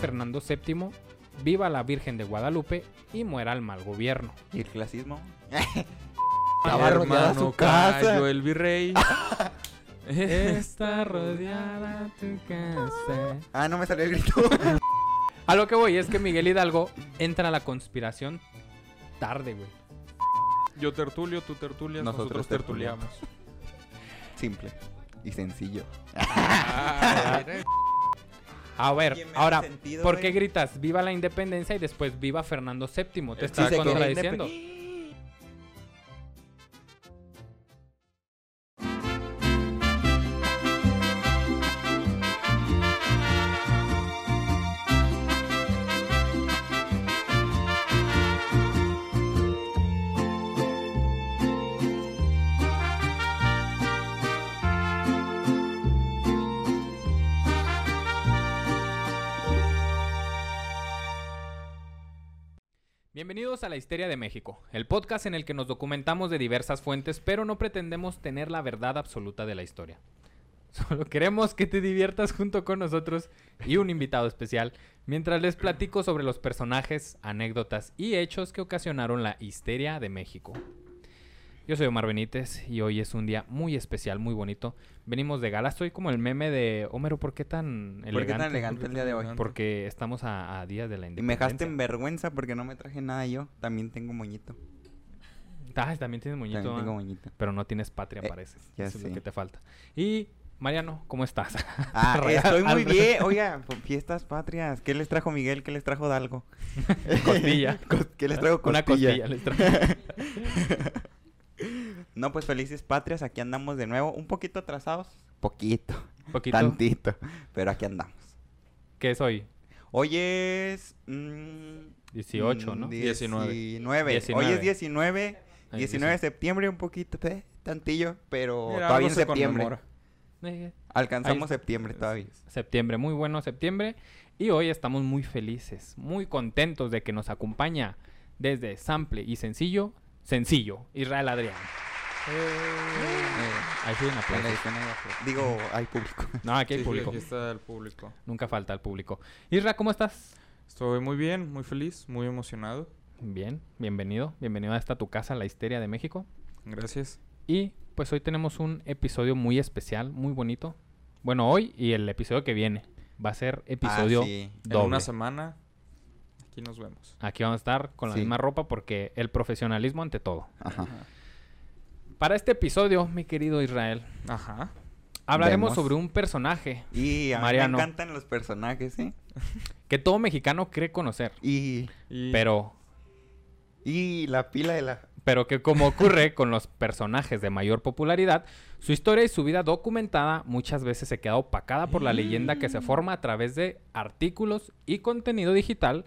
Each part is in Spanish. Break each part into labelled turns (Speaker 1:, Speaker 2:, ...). Speaker 1: Fernando VII, viva la Virgen de Guadalupe y muera el mal gobierno.
Speaker 2: ¿Y el clasismo?
Speaker 3: Estaba rodeada su casa.
Speaker 4: cayó el virrey.
Speaker 1: Está rodeada tu casa.
Speaker 2: Ah, no me salió el grito.
Speaker 1: A lo que voy es que Miguel Hidalgo entra a la conspiración tarde, güey.
Speaker 4: Yo tertulio, tú tertulias,
Speaker 2: Nosotros
Speaker 4: nosotros,
Speaker 2: tertuliamos.
Speaker 4: tertuliamos.
Speaker 2: Simple y sencillo.
Speaker 4: Ah,
Speaker 1: A ver,
Speaker 5: Tiene menos
Speaker 1: ahora,
Speaker 5: sentido,
Speaker 1: ¿por qué
Speaker 5: güey.
Speaker 1: gritas viva la independencia y después viva Fernando VII? Te
Speaker 4: Sí,
Speaker 1: estás
Speaker 2: se quedó
Speaker 1: contradiciendo. Bienvenidos a La Histeria de México, el podcast en el que nos documentamos de diversas fuentes, pero no pretendemos tener la verdad absoluta de la historia. Solo queremos que te diviertas junto con nosotros y un invitado especial, mientras les platico sobre los personajes, anécdotas y hechos que ocasionaron la histeria de México. Yo soy Omar Benítez y hoy es un día muy especial, muy bonito. Venimos de gala, estoy como el meme de Homero, ¿por qué tan elegante?
Speaker 2: ¿Por qué tan elegante el día de hoy?
Speaker 4: elegante?
Speaker 1: Porque estamos a, a días de la
Speaker 2: Y me
Speaker 1: independencia.
Speaker 2: dejaste en vergüenza porque no me traje nada yo. También tengo moñito.
Speaker 1: Ah, también tienes moñito.
Speaker 2: También
Speaker 1: ¿ah?
Speaker 2: tengo moñito.
Speaker 1: pero no tienes patria,
Speaker 2: Eh,
Speaker 1: parece.
Speaker 2: ya
Speaker 1: Eso es
Speaker 2: sé.
Speaker 1: lo que te falta. Y, Mariano, ¿cómo estás?
Speaker 2: Ah,
Speaker 1: Real-
Speaker 2: estoy muy
Speaker 1: al-
Speaker 2: bien. Oiga, pues, fiestas patrias. ¿Qué les trajo Miguel? ¿Qué les trajo Dalgo?
Speaker 1: Costilla.
Speaker 2: Cos- ¿Qué les trajo
Speaker 1: Una costilla. les trajo.
Speaker 2: no, pues felices patrias. Aquí andamos de nuevo. Un poquito atrasados. Poquito.
Speaker 1: Poquito.
Speaker 2: Tantito. Pero aquí andamos.
Speaker 1: ¿Qué es hoy?
Speaker 2: Hoy es... mm,
Speaker 1: 18, ¿no? Eh,
Speaker 4: 19.
Speaker 2: 19. Hoy
Speaker 1: 19.
Speaker 2: es 19.
Speaker 1: Ahí
Speaker 2: 19 de
Speaker 1: dice.
Speaker 2: septiembre, un poquito, eh, tantillo, pero
Speaker 4: mira, algo
Speaker 2: Oh, todavía en
Speaker 4: se
Speaker 2: septiembre.
Speaker 4: conmemora.
Speaker 1: Eh,
Speaker 2: Alcanzamos
Speaker 1: Ahí-
Speaker 2: septiembre todavía.
Speaker 1: Septiembre, muy bueno septiembre. Y hoy estamos muy felices, muy contentos de que nos acompaña desde Sample y Sencillo, Sencillo, Israel Adrián. Ahí sí, un
Speaker 2: Ahí
Speaker 1: aplauso.
Speaker 2: la edición, ahí la- Digo, hay público.
Speaker 1: No, aquí
Speaker 4: Sí,
Speaker 1: hay
Speaker 4: sí,
Speaker 1: público.
Speaker 4: aquí está el público.
Speaker 1: Nunca falta el público. Israel, ¿cómo estás?
Speaker 4: Estoy muy bien, muy feliz, muy emocionado.
Speaker 1: Bien, bienvenido. Bienvenido a esta tu casa, La Histeria de México.
Speaker 4: Gracias.
Speaker 1: Y pues hoy tenemos un episodio muy especial, muy bonito. Bueno, hoy y el episodio que viene. Va a ser episodio
Speaker 2: Ah, sí.
Speaker 1: doble.
Speaker 4: En una semana, aquí nos vemos.
Speaker 1: Aquí vamos a estar con la
Speaker 2: Sí.
Speaker 1: misma ropa porque el profesionalismo ante todo.
Speaker 2: Ajá.
Speaker 1: Para este episodio, mi querido Israel,
Speaker 4: Ajá.
Speaker 1: hablaremos
Speaker 2: Vemos.
Speaker 1: sobre un personaje
Speaker 2: Y a mí
Speaker 1: Mariano.
Speaker 2: me encantan los personajes, ¿eh?
Speaker 1: que todo mexicano cree conocer,
Speaker 2: Y,
Speaker 4: Y
Speaker 1: pero,
Speaker 2: y la pila de la...
Speaker 1: pero que como ocurre con los personajes de mayor popularidad, su historia y su vida documentada muchas veces se queda opacada por la leyenda que se forma a través de artículos y contenido digital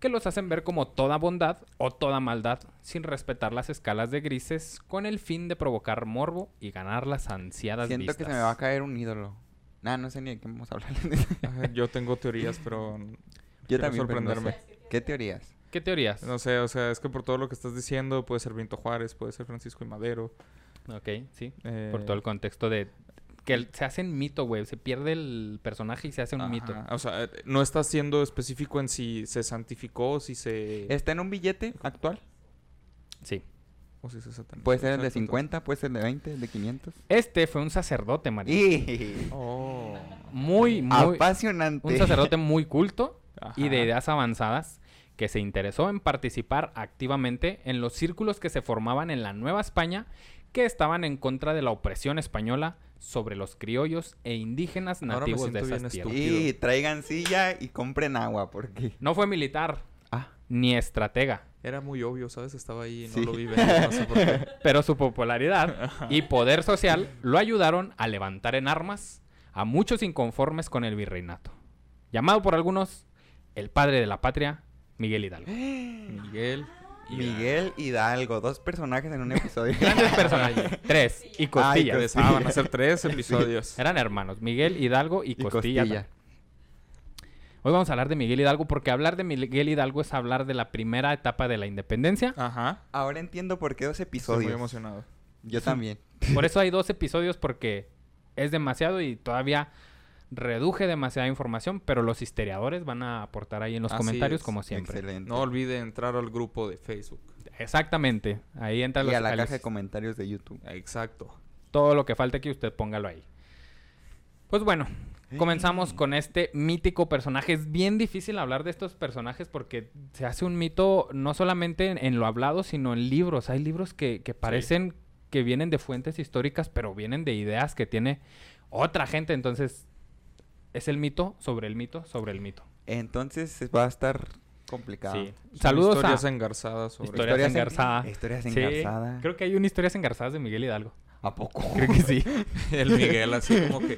Speaker 1: que los hacen ver como toda bondad o toda maldad, sin respetar las escalas de grises, con el fin de provocar morbo y ganar las ansiadas
Speaker 2: Siento que se me
Speaker 1: vistas.
Speaker 2: va a caer un ídolo. Nah, no sé ni de qué vamos a hablar.
Speaker 4: ajá, yo tengo teorías, pero
Speaker 2: Yo
Speaker 4: Quiero
Speaker 2: también, pero no sé.
Speaker 4: sorprenderme.
Speaker 2: ¿Qué teorías?
Speaker 1: ¿Qué teorías?
Speaker 4: no sé, o sea, es que por todo lo que estás diciendo, puede ser Vinto Juárez, puede ser Francisco y Madero.
Speaker 1: Ok, sí.
Speaker 4: eh,
Speaker 1: Por todo el contexto de que el- se hacen mito, güey. Se pierde el personaje y se hace un
Speaker 4: ajá,
Speaker 1: mito.
Speaker 4: O sea, eh, no está siendo específico en si se santificó, si se.
Speaker 2: ¿Está en un billete actual?
Speaker 1: Sí.
Speaker 4: o si se satanizó,
Speaker 2: Puede ser el de
Speaker 4: exacto,
Speaker 2: 50, puede ser el de 20, el de 500.
Speaker 1: Este fue un sacerdote, María.
Speaker 2: Y...
Speaker 4: entonces- Oh.
Speaker 1: Muy, muy.
Speaker 2: Apasionante.
Speaker 1: Un sacerdote muy culto y de
Speaker 4: Ajá.
Speaker 1: ideas avanzadas que se interesó en participar activamente en los círculos que se formaban en la Nueva España que estaban en contra de la opresión española sobre los criollos e indígenas
Speaker 4: Ahora me
Speaker 1: nativos de
Speaker 4: siento
Speaker 1: esas
Speaker 4: bien
Speaker 1: tierras.
Speaker 4: estúpido.
Speaker 2: Y traigan silla y compren agua, porque...
Speaker 1: No fue militar
Speaker 2: Ah.
Speaker 1: ni estratega.
Speaker 4: Era muy obvio, ¿sabes? Estaba ahí y no
Speaker 2: Sí.
Speaker 4: lo vi venir, no sé por qué.
Speaker 1: pero su popularidad y poder social lo ayudaron a levantar en armas a muchos inconformes con el virreinato. Llamado por algunos el padre de la patria, Miguel Hidalgo.
Speaker 4: Miguel.
Speaker 2: Miguel Hidalgo, dos personajes en un episodio.
Speaker 1: Grandes personajes. Tres. Y
Speaker 4: Que
Speaker 1: Costillas.
Speaker 4: de- ah, van a ser tres episodios.
Speaker 1: Eran hermanos, Miguel Hidalgo y,
Speaker 2: Y
Speaker 1: Costilla.
Speaker 2: Costilla.
Speaker 1: Hoy vamos a hablar de Miguel Hidalgo porque hablar de Miguel Hidalgo es hablar de la primera etapa de la independencia.
Speaker 4: Ajá.
Speaker 2: Ahora entiendo por qué dos
Speaker 4: Estoy
Speaker 2: episodios.
Speaker 4: muy emocionado.
Speaker 2: Yo también.
Speaker 1: Por eso hay dos episodios porque es demasiado y todavía reduje demasiada información, pero los historiadores van a aportar ahí en los
Speaker 4: Así
Speaker 1: comentarios
Speaker 4: es.
Speaker 1: como siempre.
Speaker 2: Excelente.
Speaker 4: No olvide entrar al grupo de Facebook.
Speaker 1: Exactamente. Ahí entra
Speaker 2: y
Speaker 1: los-
Speaker 2: a la
Speaker 1: al-
Speaker 2: caja de comentarios de YouTube.
Speaker 4: Exacto.
Speaker 1: todo lo que falte que usted póngalo ahí. Pues bueno, comenzamos con este mítico personaje. Es bien difícil hablar de estos personajes porque se hace un mito no solamente en, en lo hablado, sino en libros. Hay libros que, que parecen que vienen de fuentes históricas, pero vienen de ideas que tiene otra gente. Entonces, es el mito sobre el mito sobre el mito.
Speaker 2: Entonces va a estar complicado.
Speaker 1: Sí.
Speaker 4: Son
Speaker 1: Saludos a
Speaker 4: Historias engarzadas sobre...
Speaker 1: Historias
Speaker 2: Historias en-
Speaker 1: engarzadas.
Speaker 2: Historias
Speaker 1: Sí,
Speaker 2: engarzadas.
Speaker 1: creo que hay una historias engarzadas de Miguel Hidalgo.
Speaker 2: ¿A poco?
Speaker 1: Creo que sí.
Speaker 4: El Miguel, así como que...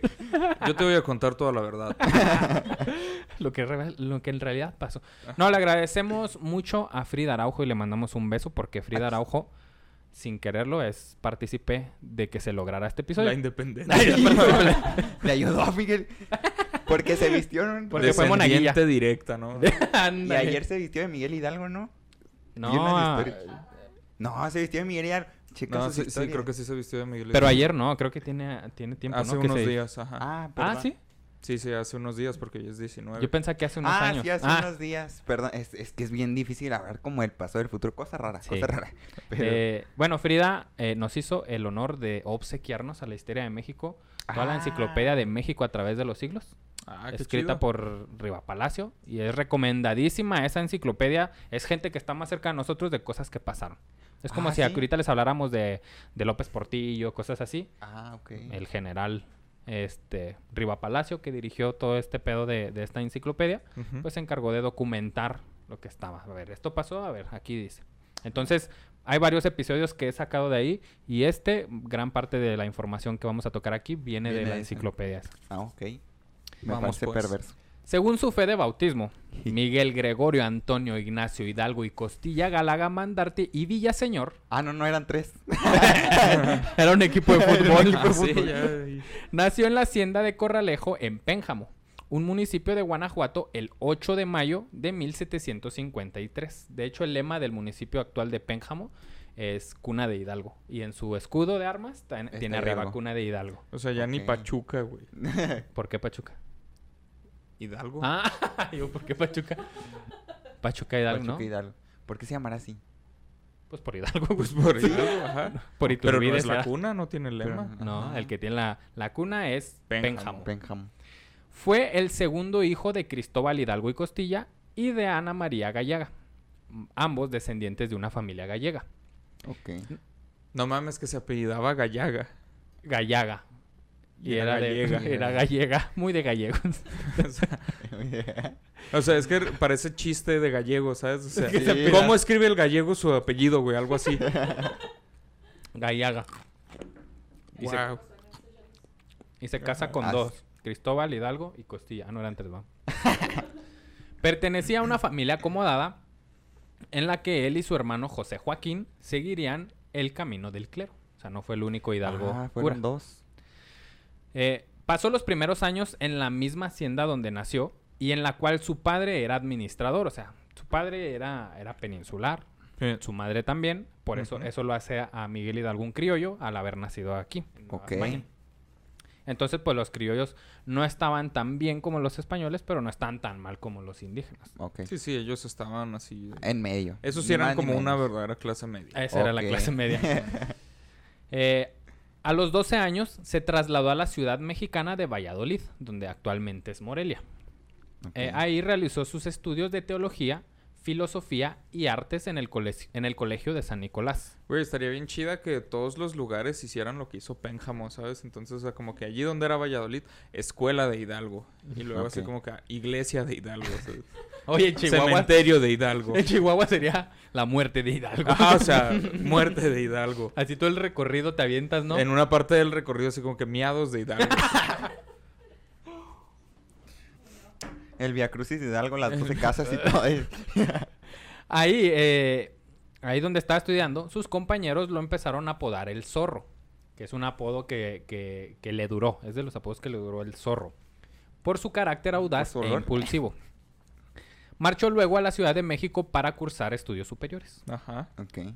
Speaker 4: Yo te voy a contar toda la verdad.
Speaker 1: lo que, re- lo que en realidad pasó. No, le agradecemos mucho a Frida Araujo y le mandamos un beso porque Frida Araujo, sin quererlo, es partícipe de que se lograra este
Speaker 4: La
Speaker 1: episodio.
Speaker 4: independencia.
Speaker 2: Le ayudó a Miguel. Porque se vistió. ¿no?
Speaker 1: Porque fue monaguilla.
Speaker 4: Descendiente directa, ¿no?
Speaker 2: Y
Speaker 1: Ándale.
Speaker 2: ayer se vistió de Miguel Hidalgo, ¿no? vi
Speaker 1: No,
Speaker 2: unas
Speaker 1: ah,
Speaker 2: historias. No, se vistió de Miguel Hidalgo. Chicas,
Speaker 4: No, sí, sí, creo que sí se vistió de Miguel.
Speaker 1: pero
Speaker 4: Hidalgo.
Speaker 1: ayer no, creo que tiene, tiene tiempo.
Speaker 4: Hace
Speaker 1: ¿no? que
Speaker 4: unos
Speaker 1: se-
Speaker 4: días, ajá.
Speaker 2: Ah, perdón.
Speaker 1: Ah, sí.
Speaker 4: Sí, sí, hace unos días porque ya es 19.
Speaker 1: Yo pensé que hace unos
Speaker 2: ah,
Speaker 1: años.
Speaker 2: sí, hace
Speaker 1: Ah,
Speaker 2: unos días. Perdón, es, es que es bien difícil hablar como el pasado del futuro. Cosa rara,
Speaker 1: Sí.
Speaker 2: cosa rara. Pero-
Speaker 1: eh, bueno, Frida eh, nos hizo el honor de obsequiarnos a la historia de México, toda la
Speaker 2: Ah.
Speaker 1: enciclopedia de México a través de los siglos.
Speaker 4: Ah, qué
Speaker 1: escrita
Speaker 4: chido.
Speaker 1: por Riva Palacio y es recomendadísima esa enciclopedia. Es gente que está más cerca de nosotros de cosas que pasaron. Es como
Speaker 2: Ah,
Speaker 1: si
Speaker 2: ¿sí?
Speaker 1: ahorita les habláramos de, de López Portillo, cosas así.
Speaker 2: Ah, ok.
Speaker 1: El general este, Riva Palacio, que dirigió todo este pedo de, de esta enciclopedia,
Speaker 4: Ujú.
Speaker 1: pues se encargó de documentar lo que estaba. A ver, esto pasó, a ver, aquí dice. Entonces, hay varios episodios que he sacado de ahí y este, gran parte de la información que vamos a tocar aquí viene,
Speaker 2: Viene
Speaker 1: de la
Speaker 2: de esa.
Speaker 1: enciclopedia. esa.
Speaker 2: Ah, ok. Me
Speaker 4: Vamos,
Speaker 2: parece
Speaker 4: pues.
Speaker 2: perverso.
Speaker 1: Según su fe de bautismo, Miguel Gregorio Antonio Ignacio Hidalgo y Costilla Galaga Mandarte y Villaseñor
Speaker 2: Ah, no, no eran tres.
Speaker 1: era un equipo de fútbol.
Speaker 4: Ah, sí, ya, y-
Speaker 1: Nació en la hacienda de Corralejo, en Pénjamo, un municipio de Guanajuato, el 8 de mayo de 1753. De hecho, el lema del municipio actual de Pénjamo es Cuna de Hidalgo. Y en su escudo de armas ta-
Speaker 2: Está
Speaker 1: tiene arriba
Speaker 2: Hidalgo.
Speaker 1: Cuna de Hidalgo.
Speaker 4: O sea, ya ni
Speaker 2: Ok.
Speaker 4: Pachuca, güey.
Speaker 1: ¿Por qué Pachuca?
Speaker 4: Hidalgo.
Speaker 1: Ah, yo, ¿por qué Pachuca? Pachuca Hidalgo,
Speaker 2: Pachuca
Speaker 1: ¿no?
Speaker 2: Hidalgo. ¿Por qué se llamará así?
Speaker 1: Pues por Hidalgo,
Speaker 4: Pues por Hidalgo, ajá.
Speaker 1: Por
Speaker 4: Pero
Speaker 1: Iturbide.
Speaker 4: no es
Speaker 1: será.
Speaker 4: la cuna, no tiene lema.
Speaker 2: Pero-
Speaker 1: No,
Speaker 2: Ajá.
Speaker 1: el que tiene la, la cuna es Pénjamo.
Speaker 4: Pénjamo.
Speaker 2: Benham.
Speaker 1: Fue el segundo hijo de Cristóbal Hidalgo y Costilla y de Ana María Gallaga, m- ambos descendientes de una familia gallega.
Speaker 2: Ok.
Speaker 4: No mames que se apellidaba Gallaga.
Speaker 1: Gallaga. Y,
Speaker 4: Y
Speaker 1: era,
Speaker 4: era gallega.
Speaker 1: De, era gallega, muy de gallegos.
Speaker 4: O sea, es que parece chiste de gallego, ¿sabes? O sea,
Speaker 2: Que se
Speaker 4: ¿cómo
Speaker 2: apellida.
Speaker 4: escribe el gallego su apellido, güey? Algo así.
Speaker 1: Gallaga. Y, se,
Speaker 4: Guau.
Speaker 1: y se casa con
Speaker 2: Ah, sí.
Speaker 1: dos, Cristóbal Hidalgo y Costilla. Ah, no eran tres, va. Pertenecía a una familia acomodada en la que él y su hermano José Joaquín seguirían el camino del clero. O sea, no fue el único Hidalgo
Speaker 2: Ah,
Speaker 1: cura.
Speaker 2: fueron dos.
Speaker 1: Eh, pasó los primeros años en la misma hacienda donde nació y en la cual su padre era administrador, o sea, su padre era, era peninsular,
Speaker 4: Sí.
Speaker 1: su madre también, por eso
Speaker 4: Ujú.
Speaker 1: eso lo hace a- a Miguel Hidalgo un criollo al haber nacido aquí. en Nueva
Speaker 2: Ok.
Speaker 1: España. Entonces, pues los criollos no estaban tan bien como los españoles, pero no estaban tan mal como los indígenas.
Speaker 2: Ok.
Speaker 4: Sí, sí, ellos estaban así.
Speaker 2: En medio.
Speaker 4: Esos sí
Speaker 2: Ni
Speaker 4: eran
Speaker 2: más ni
Speaker 4: como una
Speaker 2: menos.
Speaker 4: verdadera clase media.
Speaker 1: Esa era la
Speaker 2: Ok.
Speaker 1: clase media. Eh, a los 12 años se trasladó a la ciudad mexicana de Valladolid, donde actualmente es Morelia.
Speaker 2: Ok.
Speaker 1: Eh, ahí realizó sus estudios de teología, filosofía y artes en el, colegi- en el colegio de San Nicolás.
Speaker 4: Güey, estaría bien chida que todos los lugares hicieran lo que hizo Pénjamo, ¿sabes? Entonces, o sea, como que allí donde era Valladolid, escuela de Hidalgo. Y luego así
Speaker 2: Ok.
Speaker 4: como que ah, iglesia de Hidalgo. ¿sabes?
Speaker 1: Oye,
Speaker 4: Cementerio de Hidalgo.
Speaker 1: En Chihuahua sería la muerte de Hidalgo.
Speaker 4: Ajá, o sea, muerte de Hidalgo.
Speaker 1: Así todo el recorrido te avientas, ¿no?
Speaker 4: En una parte del recorrido así como que miados de Hidalgo.
Speaker 2: El Via Crucis de Hidalgo, las 12 casas y todo. ahí.
Speaker 1: Ahí, eh, ahí donde estaba estudiando, sus compañeros lo empezaron a apodar el zorro, que es un apodo que, que- que le duró, es de los apodos que le duró el zorro, por su carácter audaz
Speaker 2: su
Speaker 1: e
Speaker 2: olor.
Speaker 1: impulsivo. Marchó luego a la Ciudad de México para cursar estudios superiores.
Speaker 4: Ajá.
Speaker 2: Ok.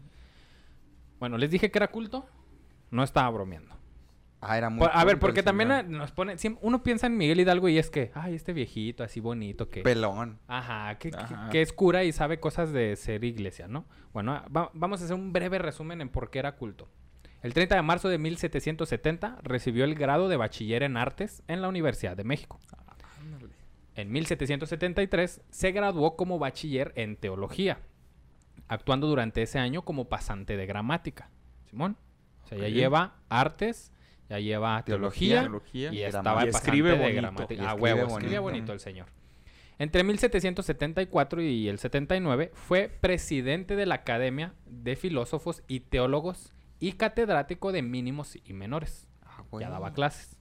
Speaker 1: Bueno, les dije que era culto, no estaba bromeando.
Speaker 2: Ah, era muy.
Speaker 1: Por- Pues, a ver,
Speaker 4: cool,
Speaker 1: porque
Speaker 4: parece
Speaker 1: también
Speaker 4: una-
Speaker 1: a- nos pone. siem- uno piensa en Miguel Hidalgo y es que, ay, este viejito así bonito que.
Speaker 2: Pelón.
Speaker 1: Ajá, que, que-
Speaker 4: Ajá.
Speaker 1: que es cura y sabe cosas de ser iglesia, ¿no? Bueno, va- vamos a hacer un breve resumen en por qué era culto. El 30 de marzo de 1770 recibió el grado de bachiller en artes en la Universidad de México.
Speaker 4: Ándale.
Speaker 1: En 1773 se graduó como bachiller en teología, actuando durante ese año como pasante de gramática. Simón, o sea, ya
Speaker 4: Ok.
Speaker 1: lleva artes, ya lleva teología,
Speaker 2: Teología,
Speaker 4: Teología.
Speaker 1: y
Speaker 2: gramática.
Speaker 1: estaba
Speaker 2: Y
Speaker 1: el pasante
Speaker 4: escribe
Speaker 1: de
Speaker 4: bonito.
Speaker 1: gramática.
Speaker 2: Y
Speaker 1: Ah,
Speaker 2: escribe
Speaker 1: huevo, escribía
Speaker 2: bonito.
Speaker 1: bonito el señor. Entre 1774 y el 79 fue presidente de la Academia de Filósofos y Teólogos y catedrático de mínimos y menores.
Speaker 2: Ah,
Speaker 1: Ya
Speaker 2: güey.
Speaker 1: daba clases.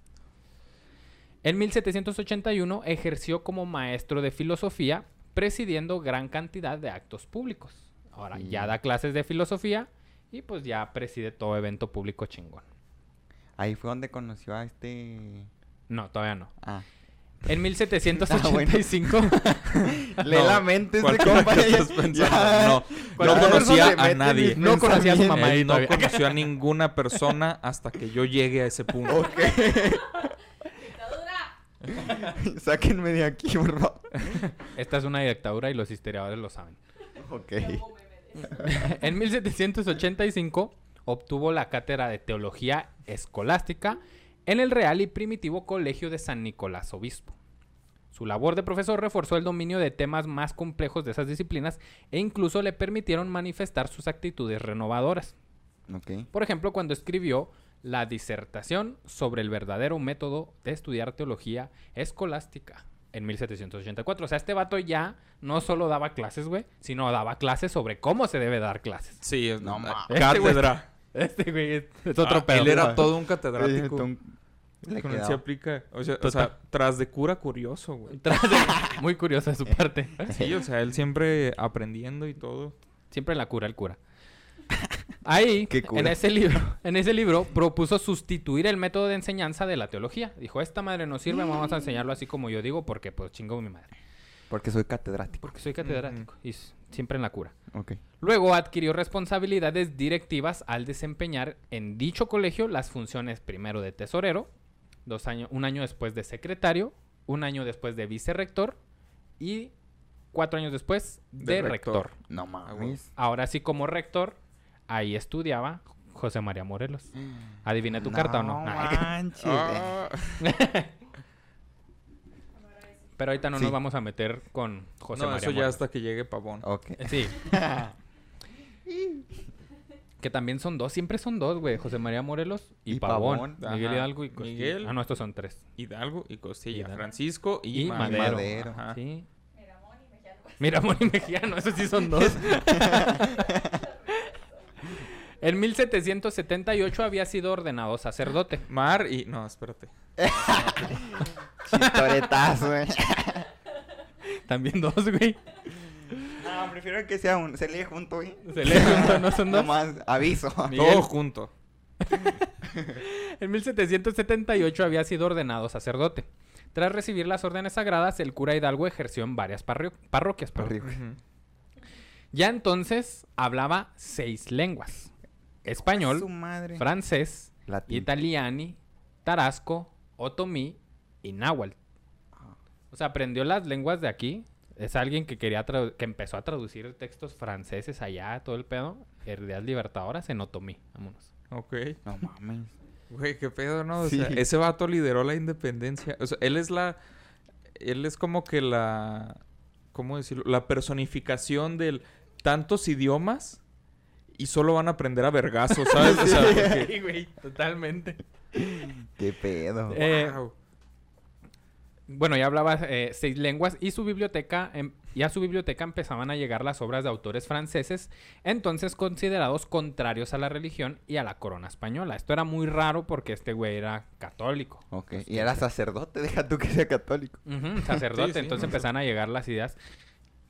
Speaker 1: En 1781 ejerció como maestro de filosofía, presidiendo gran cantidad de actos públicos. Ahora ya da clases de filosofía y pues ya preside todo evento público chingón.
Speaker 2: Ahí fue donde conoció a este.
Speaker 1: No, todavía no.
Speaker 2: Ah.
Speaker 1: En
Speaker 2: Ah, bueno.
Speaker 1: 1785,
Speaker 2: Le
Speaker 4: No,
Speaker 2: la mente este
Speaker 4: cualquiera
Speaker 2: compa.
Speaker 4: que
Speaker 2: ya-
Speaker 4: estás pensando,
Speaker 2: ya-
Speaker 4: no.
Speaker 2: cualquier
Speaker 4: No conocía
Speaker 2: persona
Speaker 4: a
Speaker 2: le mete
Speaker 4: nadie.
Speaker 2: mis
Speaker 1: No conocía a su mamá.
Speaker 4: Él
Speaker 1: Mamadito,
Speaker 4: no
Speaker 1: había-
Speaker 4: conoció a ninguna persona hasta que yo llegue a ese punto.
Speaker 5: Dictadura.
Speaker 2: pensamientos. Sáquenme de aquí, por favor.
Speaker 1: esta es una dictadura y los historiadores lo saben.
Speaker 2: Ok.
Speaker 5: Como meme de eso.
Speaker 1: en 1785 obtuvo la cátedra de teología escolástica en el Real y Primitivo Colegio de San Nicolás Obispo. Su labor de profesor reforzó el dominio de temas más complejos de esas disciplinas e incluso le permitieron manifestar sus actitudes renovadoras.
Speaker 2: Ok.
Speaker 1: Por ejemplo, cuando escribió la disertación sobre el verdadero método de estudiar teología escolástica en 1784. O sea, este vato ya no solo daba clases, güey, sino daba clases sobre cómo se debe dar clases.
Speaker 4: Sí, es
Speaker 2: No, ma.
Speaker 4: cátedra.
Speaker 1: Este güey es, es otro
Speaker 4: Ah,
Speaker 1: pedo.
Speaker 4: Él era
Speaker 2: güey.
Speaker 4: todo un
Speaker 2: Oye,
Speaker 4: catedrático.
Speaker 2: tú- le
Speaker 4: Con él
Speaker 2: quedaba.
Speaker 4: se aplica. O sea, o sea, tras de cura curioso, güey.
Speaker 1: Tras de- Muy curioso de su parte.
Speaker 4: Sí, o sea, él siempre aprendiendo y todo.
Speaker 1: Siempre en la cura el cura. Ahí,
Speaker 2: ¿Qué
Speaker 1: en
Speaker 2: cura?
Speaker 1: ese libro, en ese libro propuso sustituir el método de enseñanza de la teología. Dijo, esta madre no sirve, vamos a enseñarlo así como yo digo, porque pues chingo mi madre.
Speaker 2: Porque soy catedrático.
Speaker 1: Porque soy catedrático y s- siempre en la cura.
Speaker 2: Ok.
Speaker 1: Luego adquirió responsabilidades directivas al desempeñar en dicho colegio las funciones primero de tesorero, dos año- un año después de secretario, un año después de vicerrector y cuatro años después de,
Speaker 4: De
Speaker 1: rector.
Speaker 4: rector.
Speaker 2: No
Speaker 4: güey.
Speaker 2: mames.
Speaker 1: Ahora sí, como rector, ahí estudiaba José María Morelos.
Speaker 4: Mm.
Speaker 1: Adivina tu carta o no. Ay,
Speaker 2: manches.
Speaker 4: Ah,
Speaker 1: Pero ahorita no
Speaker 2: Sí.
Speaker 1: nos vamos a meter con José
Speaker 4: no,
Speaker 1: María
Speaker 4: eso ya
Speaker 1: Morelos.
Speaker 4: hasta que llegue Pavón.
Speaker 2: Ok.
Speaker 1: Sí. que también son dos, siempre son dos, güey. José María Morelos y,
Speaker 2: Y
Speaker 1: Pavón.
Speaker 2: Pavón,
Speaker 1: Miguel
Speaker 4: ajá.
Speaker 1: Hidalgo y Costilla.
Speaker 4: Miguel.
Speaker 1: Ah, no, estos son tres.
Speaker 4: Hidalgo y Costilla.
Speaker 1: Hidalgo.
Speaker 4: Francisco y,
Speaker 1: Y
Speaker 4: Madero.
Speaker 2: Madero.
Speaker 4: Ajá.
Speaker 1: Sí.
Speaker 5: Miramón y Mejía Alvarado.
Speaker 1: Miramón y Mejía, no, esos sí son dos. en 1778 había sido ordenado sacerdote.
Speaker 4: Mar y... No, espérate.
Speaker 2: Chitoretazo, eh.
Speaker 1: También dos, güey.
Speaker 2: No, prefiero que sea un. Se lee junto, güey.
Speaker 1: Se lee junto, no son dos.
Speaker 2: Nomás aviso.
Speaker 4: Todo junto.
Speaker 1: En 1778 había sido ordenado sacerdote. Tras recibir las órdenes sagradas, el cura Hidalgo ejerció en varias parrio- parroquias. perdón.
Speaker 2: Parrio-
Speaker 4: Ujú.
Speaker 1: Ya entonces hablaba seis lenguas.
Speaker 2: Ah, Su
Speaker 1: Español,
Speaker 2: madre.
Speaker 1: francés,
Speaker 2: Latín.
Speaker 1: italiani, tarasco, otomí y náhuatl. O sea, aprendió las lenguas de aquí. Es alguien que quería tradu- que empezó a traducir textos franceses allá, todo el pedo. Herdeas libertadoras en otomí. Vámonos.
Speaker 4: Ok.
Speaker 2: No mames.
Speaker 4: Güey, qué pedo, ¿no? O
Speaker 2: Sí.
Speaker 4: sea, ese vato lideró la independencia. O sea, él es la... Él es como que la... ¿Cómo decirlo? La personificación del... Tantos idiomas y solo van a aprender a vergazos, ¿sabes? O sea, porque-
Speaker 1: Sí, güey, totalmente.
Speaker 2: Qué pedo.
Speaker 1: Eh,
Speaker 4: Wow.
Speaker 1: Bueno, ya hablaba eh, seis lenguas y su biblioteca, em- y a su biblioteca empezaban a llegar las obras de autores franceses, entonces considerados contrarios a la religión y a la corona española. Esto era muy raro porque este güey era católico,
Speaker 2: Ok. Y era sacerdote. Deja tú que sea católico.
Speaker 1: Ujú, sacerdote,
Speaker 4: Sí, sí,
Speaker 1: entonces
Speaker 4: no,
Speaker 1: empezaron a llegar las ideas.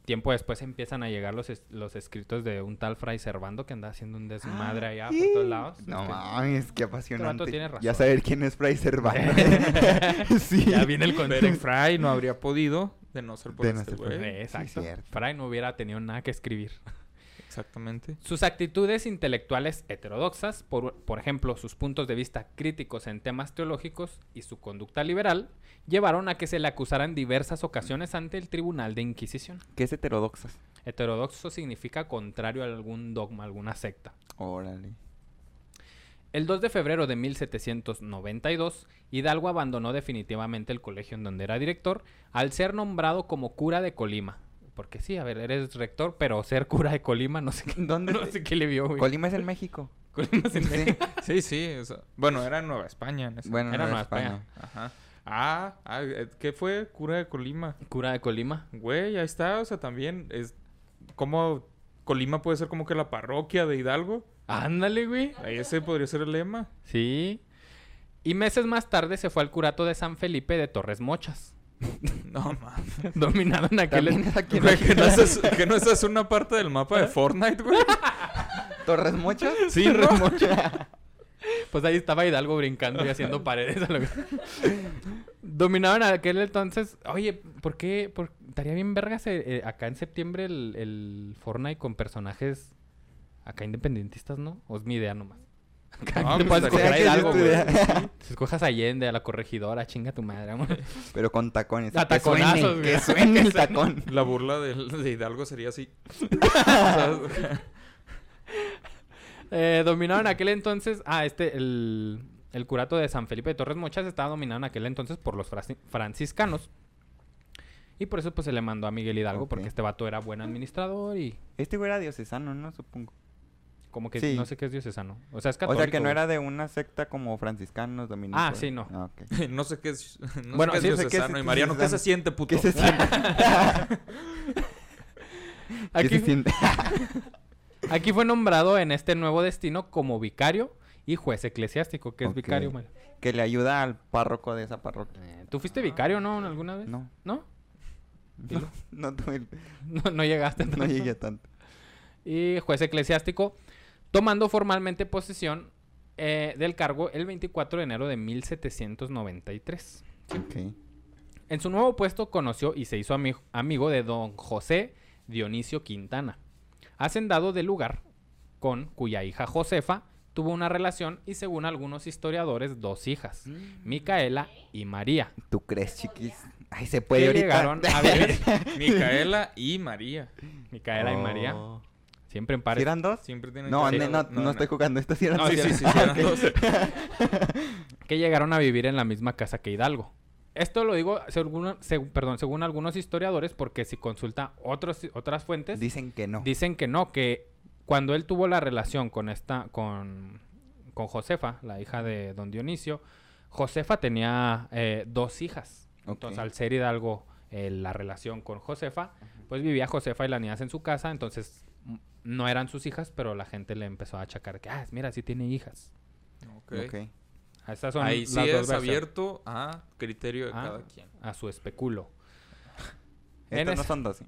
Speaker 1: Tiempo después empiezan a llegar los, es- los escritos de un tal Fray Servando que anda haciendo un desmadre allá por todos lados.
Speaker 2: Ah, No
Speaker 1: Este,
Speaker 2: mames. Qué apasionante.
Speaker 1: tiene razón.
Speaker 2: Ya saber quién es Fray Cervantes. sí.
Speaker 1: Ya viene el
Speaker 4: Pero
Speaker 1: contexto.
Speaker 4: Fry no habría podido de no ser por
Speaker 2: De no
Speaker 4: este
Speaker 2: ser por-
Speaker 4: güey.
Speaker 1: Eh, Exacto.
Speaker 2: cierto.
Speaker 1: Fray no hubiera tenido nada que escribir.
Speaker 4: Exactamente.
Speaker 1: Sus actitudes intelectuales heterodoxas, por, por ejemplo, sus puntos de vista críticos en temas teológicos y su conducta liberal, llevaron a que se le acusara en diversas ocasiones ante el Tribunal de Inquisición.
Speaker 2: ¿Qué es heterodoxas?
Speaker 1: Heterodoxo significa contrario a algún dogma, alguna secta.
Speaker 2: Órale.
Speaker 1: El 2 de febrero de 1792, Hidalgo abandonó definitivamente el colegio en donde era director al ser nombrado como cura de Colima. Porque sí, a ver, eres rector, pero ser cura de Colima no sé qué,
Speaker 2: ¿Dónde
Speaker 1: no
Speaker 2: te-
Speaker 1: sé qué le vio, güey.
Speaker 2: Colima es en México.
Speaker 1: Colima es en México.
Speaker 4: Sí, sí. o sea, bueno, era en Nueva España. En ese-
Speaker 2: Bueno,
Speaker 1: Era
Speaker 2: no
Speaker 1: Nueva
Speaker 2: era
Speaker 1: España.
Speaker 2: España.
Speaker 4: Ajá. Ah, ah, eh, ¿qué fue? Cura de Colima.
Speaker 1: Cura de Colima.
Speaker 4: Güey, ahí está. O sea, también es como Colima puede ser como que la parroquia de Hidalgo.
Speaker 1: Ándale, güey.
Speaker 4: Ahí ese podría ser el lema.
Speaker 1: Sí. Y meses más tarde se fue al curato de San Felipe de Torres Mochas.
Speaker 4: No mames.
Speaker 1: Dominaron aquel...
Speaker 2: También es aquí en
Speaker 4: Güey, que no
Speaker 2: México.
Speaker 4: esa es- que no esa es una parte del mapa
Speaker 2: ¿Eh?
Speaker 4: de Fortnite, güey.
Speaker 2: ¿Torres Mochas?
Speaker 1: Sí, ¿no? Pues ahí estaba Hidalgo brincando y haciendo paredes. a lo que- Dominaban a aquel entonces. Oye, ¿por qué? por- Estaría bien vergas eh, eh, acá en septiembre el, el Fortnite con personajes acá independentistas, ¿no? O es mi idea nomás.
Speaker 4: No,
Speaker 1: te
Speaker 4: pues,
Speaker 1: puedes
Speaker 4: estaría
Speaker 1: escoger a
Speaker 4: bien.
Speaker 1: Hidalgo,
Speaker 2: Sí,
Speaker 1: güey.
Speaker 2: sí.
Speaker 1: Si escojas a Allende, a la corregidora, chinga tu madre, amor.
Speaker 2: Pero con tacones.
Speaker 1: A
Speaker 2: que suene,
Speaker 1: taconazos, güey.
Speaker 2: Que suene el tacón.
Speaker 4: La burla del- de, Hidalgo sería así. O sea,
Speaker 1: Eh, dominaban aquel entonces. Ah, este, el, el curato de San Felipe de Torres Mochas estaba dominado en aquel entonces por los frasi- franciscanos. Y por eso pues se le mandó a Miguel Hidalgo,
Speaker 2: Ok.
Speaker 1: porque este vato era buen administrador y
Speaker 2: Este güey era diocesano, ¿no? Supongo.
Speaker 1: como que
Speaker 2: Sí.
Speaker 1: no sé qué es diocesano. O sea, es
Speaker 2: O
Speaker 1: católico.
Speaker 2: sea, que no
Speaker 1: güey.
Speaker 2: era de una secta como franciscanos, dominicos.
Speaker 1: Ah, sí, no.
Speaker 2: Ah, ok.
Speaker 4: no sé qué es. No
Speaker 1: Bueno,
Speaker 4: sé
Speaker 1: sí,
Speaker 4: qué es
Speaker 2: sé qué es
Speaker 4: diocesano. Y Mariano, ¿qué se
Speaker 2: diocesano.
Speaker 4: siente, puto?
Speaker 2: ¿Qué se siente? ¿Qué
Speaker 1: Aquí,
Speaker 2: se siente?
Speaker 1: aquí fue nombrado en este nuevo destino como vicario y juez eclesiástico, que es
Speaker 2: Ok.
Speaker 1: vicario, Mario.
Speaker 2: que le ayuda al párroco de esa parroquia.
Speaker 1: Eh, ¿Tú fuiste vicario, no, alguna vez?
Speaker 2: ah. No,
Speaker 1: ¿No?
Speaker 2: no, no, tuve el-
Speaker 1: No, no llegaste.
Speaker 2: no
Speaker 1: entonces.
Speaker 2: llegué tanto.
Speaker 1: y juez eclesiástico, tomando formalmente posesión eh, del cargo el 24 de enero de 1793.
Speaker 2: Ok.
Speaker 1: En su nuevo puesto conoció y se hizo ami- amigo de don José Dionisio Quintana, hacendado del lugar, con cuya hija Josefa tuvo una relación y según algunos historiadores dos hijas,
Speaker 2: Mm.
Speaker 1: Micaela y María,
Speaker 2: ¿Tú crees, chiquis? Ay, se
Speaker 1: que
Speaker 2: puede ahorita.
Speaker 1: llegaron a vivir.
Speaker 4: Micaela y María.
Speaker 1: Micaela y María,
Speaker 2: Oh.
Speaker 1: siempre en
Speaker 2: ¿Sí
Speaker 1: pares.
Speaker 2: eran dos?
Speaker 4: Siempre tienen
Speaker 2: No,
Speaker 4: que
Speaker 2: ne-
Speaker 4: ser-
Speaker 2: no, no, estoy Ah, jugando. Estas sí eran
Speaker 4: No, Ah,
Speaker 2: dos.
Speaker 4: sí, sí, sí, sí, eran dos.
Speaker 1: que llegaron a vivir en la misma casa que Hidalgo. Esto lo digo según, seg- perdón, según algunos historiadores porque si consulta otros, otras fuentes,
Speaker 2: Dicen que no.
Speaker 1: dicen que no, que cuando él tuvo la relación con esta, con, con Josefa, la hija de don Dionisio, Josefa tenía eh, dos hijas.
Speaker 2: Ok.
Speaker 1: Entonces al ser Hidalgo eh, la relación con Josefa, pues vivía Josefa y la niñas en su casa, entonces m- no eran sus hijas, pero la gente le empezó a achacar que, ah, mira, sí tiene hijas.
Speaker 4: Ok.
Speaker 2: Ok.
Speaker 1: Esas son
Speaker 4: Ahí
Speaker 1: las
Speaker 4: sí
Speaker 1: dos
Speaker 4: es
Speaker 1: versiones.
Speaker 4: abierto a criterio de
Speaker 1: Ah.
Speaker 4: cada quien.
Speaker 1: a su especulo. En
Speaker 2: Estos no
Speaker 1: esa-
Speaker 2: son dos. ¿sí?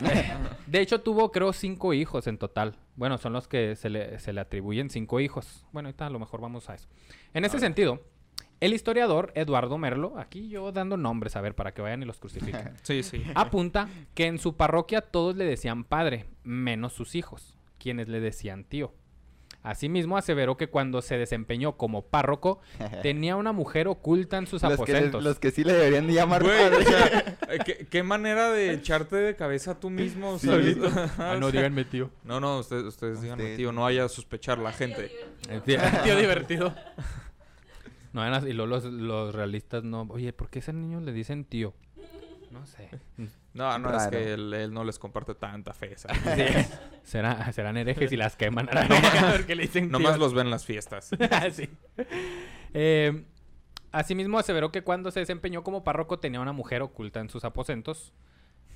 Speaker 1: De hecho, tuvo, creo, cinco hijos en total. Bueno, son los que se le, se le atribuyen cinco hijos. Bueno, ahorita a lo mejor vamos a eso. En ese sentido, el historiador Eduardo Merlo, aquí yo dando nombres, a ver, para que vayan y los crucifiquen,
Speaker 4: Sí, sí.
Speaker 1: apunta que en su parroquia todos le decían padre, menos sus hijos, quienes le decían tío. Asimismo, aseveró que cuando se desempeñó como párroco, tenía una mujer oculta en sus
Speaker 2: Eh. Los que, les-
Speaker 1: aposentos.
Speaker 2: los que sí le deberían de llamar
Speaker 4: Güey, o
Speaker 2: padre.
Speaker 4: sea, eh, ¿qué, qué manera de echarte de cabeza tú mismo. o sea,
Speaker 1: Solito. Ah,
Speaker 4: ajá, o
Speaker 1: no,
Speaker 4: sea,
Speaker 1: díganme tío.
Speaker 4: No, no, ustedes, ustedes díganme,
Speaker 2: Ustedes.
Speaker 4: tío, no vaya a sospechar la gente.
Speaker 1: El Ah, tío, el tío divertido. No, eran así, y luego los, los realistas no. Oye, ¿por qué a ese niño le dicen tío? No sé.
Speaker 4: No, no, es
Speaker 2: Raro.
Speaker 4: que él, él no les comparte tanta fe.
Speaker 1: Sí.
Speaker 4: ¿sabes?
Speaker 1: Será- serán herejes y las queman a la verga porque le dicen tío.
Speaker 4: Nomás los ven en las fiestas.
Speaker 1: Sí. Eh, asimismo, aseveró que cuando se desempeñó como párroco tenía una mujer oculta en sus aposentos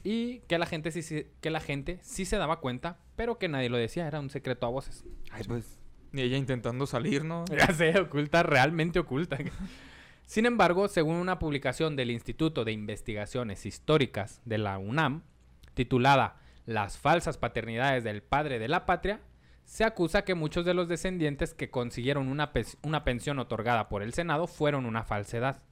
Speaker 1: y que la gente sí, se- que la gente sí se daba cuenta, pero que nadie lo decía, era un secreto a voces.
Speaker 2: Ay, pues.
Speaker 4: Y ella intentando salir, ¿no?
Speaker 1: Ya sé, oculta, realmente oculta. Sin embargo, según una publicación del Instituto de Investigaciones Históricas de la UNAM, titulada Las falsas paternidades del padre de la patria, se acusa que muchos de los descendientes que consiguieron una, pes- una pensión otorgada por el Senado fueron una falsedad.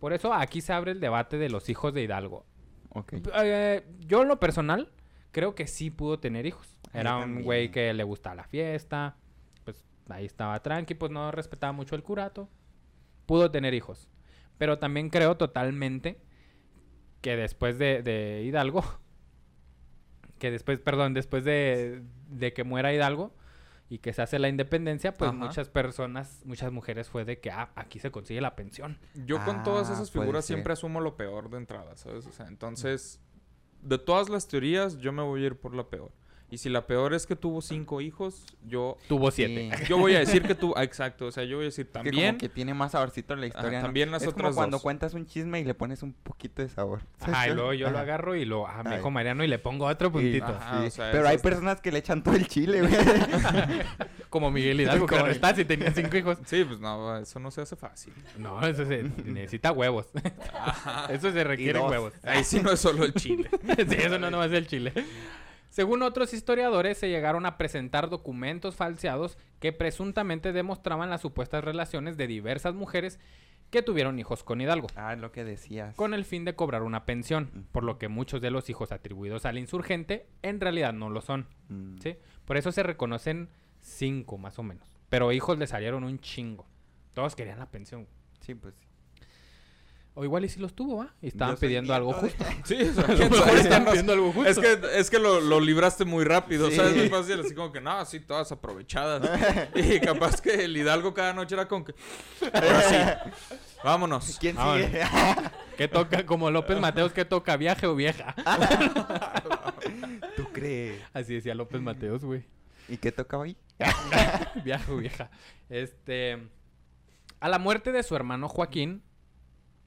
Speaker 1: Por eso aquí se abre el debate de los hijos de Hidalgo.
Speaker 2: Ok.
Speaker 1: Eh, yo en lo personal creo que sí pudo tener hijos.
Speaker 2: Yo
Speaker 1: Era un
Speaker 2: también.
Speaker 1: güey que le gustaba la fiesta, pues ahí estaba tranqui, pues no respetaba mucho el curato. Pudo tener hijos. Pero también creo totalmente que después de, de Hidalgo, que después, perdón, después de, de que muera Hidalgo y que se hace la independencia, pues
Speaker 4: Ajá.
Speaker 1: muchas personas, muchas mujeres fue de que ah, aquí se consigue la pensión.
Speaker 4: Yo con todas
Speaker 2: Ah,
Speaker 4: esas
Speaker 2: puede
Speaker 4: figuras
Speaker 2: ser.
Speaker 4: siempre asumo lo peor de entrada, ¿sabes? O sea, entonces, de todas las teorías, yo me voy a ir por la peor. Y si la peor es que tuvo cinco hijos, yo,
Speaker 1: Tuvo siete.
Speaker 4: yo voy a decir que tuvo... ah, Exacto, o sea, yo voy a decir
Speaker 2: Es que como
Speaker 4: también...
Speaker 2: que tiene más saborcito la historia. ¿no?
Speaker 4: también las
Speaker 2: es
Speaker 4: otras
Speaker 2: como cuando
Speaker 4: dos.
Speaker 2: cuentas un chisme y le pones un poquito de sabor.
Speaker 1: Ajá, y luego yo lo
Speaker 2: Ajá.
Speaker 1: agarro y lo... Ah, me
Speaker 2: Ay.
Speaker 1: dijo Mariano y le pongo otro puntito.
Speaker 4: Ajá.
Speaker 2: Sí,
Speaker 4: o sea,
Speaker 2: pero
Speaker 4: eso
Speaker 2: hay
Speaker 4: está-
Speaker 2: personas que le echan todo el chile, güey.
Speaker 1: Como Miguel Hidalgo, que
Speaker 2: Como
Speaker 1: no está si tenía cinco hijos.
Speaker 4: Sí, pues no, eso no se hace fácil.
Speaker 1: No, eso se necesita huevos. eso se requieren
Speaker 2: dos.
Speaker 1: huevos.
Speaker 4: Ahí sí no es solo el chile.
Speaker 1: sí, eso no, no es el Chile. Según otros historiadores, se llegaron a presentar documentos falseados que presuntamente demostraban las supuestas relaciones de diversas mujeres que tuvieron hijos con Hidalgo,
Speaker 2: ah, lo que decías.
Speaker 1: con e- el fin de cobrar una pensión, por lo que muchos de los hijos atribuidos al insurgente en realidad no lo son.
Speaker 2: Mm.
Speaker 1: ¿sí? Por eso se reconocen cinco más o menos. Pero hijos le salieron un chingo. Todos querían la pensión.
Speaker 2: Sí, pues. sí.
Speaker 1: O igual y si los tuvo, ¿va? Y estaban
Speaker 2: Yo soy
Speaker 1: pidiendo algo
Speaker 2: nieto de-
Speaker 1: justo.
Speaker 4: Sí, o sea,
Speaker 1: A lo
Speaker 4: ¿quién
Speaker 1: mejor
Speaker 4: sabe?
Speaker 1: están pidiendo algo
Speaker 4: Es
Speaker 1: justo.
Speaker 4: que, es que lo, lo libraste muy rápido,
Speaker 2: Sí.
Speaker 4: ¿sabes? Muy fácil, así como que, no, sí, todas aprovechadas. y capaz que el Hidalgo cada noche era con que, ahora sí, vámonos.
Speaker 2: ¿Quién
Speaker 1: Ah, bueno.
Speaker 2: sigue?
Speaker 1: ¿Qué toca? Como López Mateos, ¿qué toca? ¿Viaje o vieja?
Speaker 2: ¿Tú crees?
Speaker 1: Así decía López Mateos, güey.
Speaker 2: ¿Y qué tocaba ahí?
Speaker 1: Viaje o vieja. Este. A la muerte de su hermano Joaquín,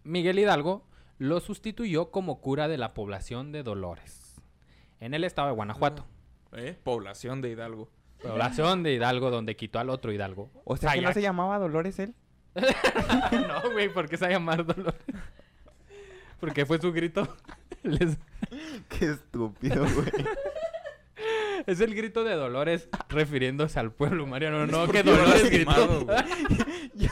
Speaker 1: Miguel Hidalgo lo sustituyó como cura de la población de Dolores, en el estado de Guanajuato.
Speaker 4: ¿Eh? Población de Hidalgo.
Speaker 1: Población de Hidalgo, donde quitó al otro Hidalgo.
Speaker 2: Ah. O sea, que no
Speaker 1: Sayac.
Speaker 2: se llamaba Dolores él.
Speaker 1: No, güey, ¿por qué se va a llamar Dolores? Porque fue su grito. Les-
Speaker 2: Qué estúpido, güey.
Speaker 1: Es el grito de Dolores refiriéndose al pueblo, Mariano. No, que
Speaker 4: Porque yo
Speaker 1: Dolores
Speaker 4: era
Speaker 1: gritó.
Speaker 4: quemado, güey.
Speaker 2: yo,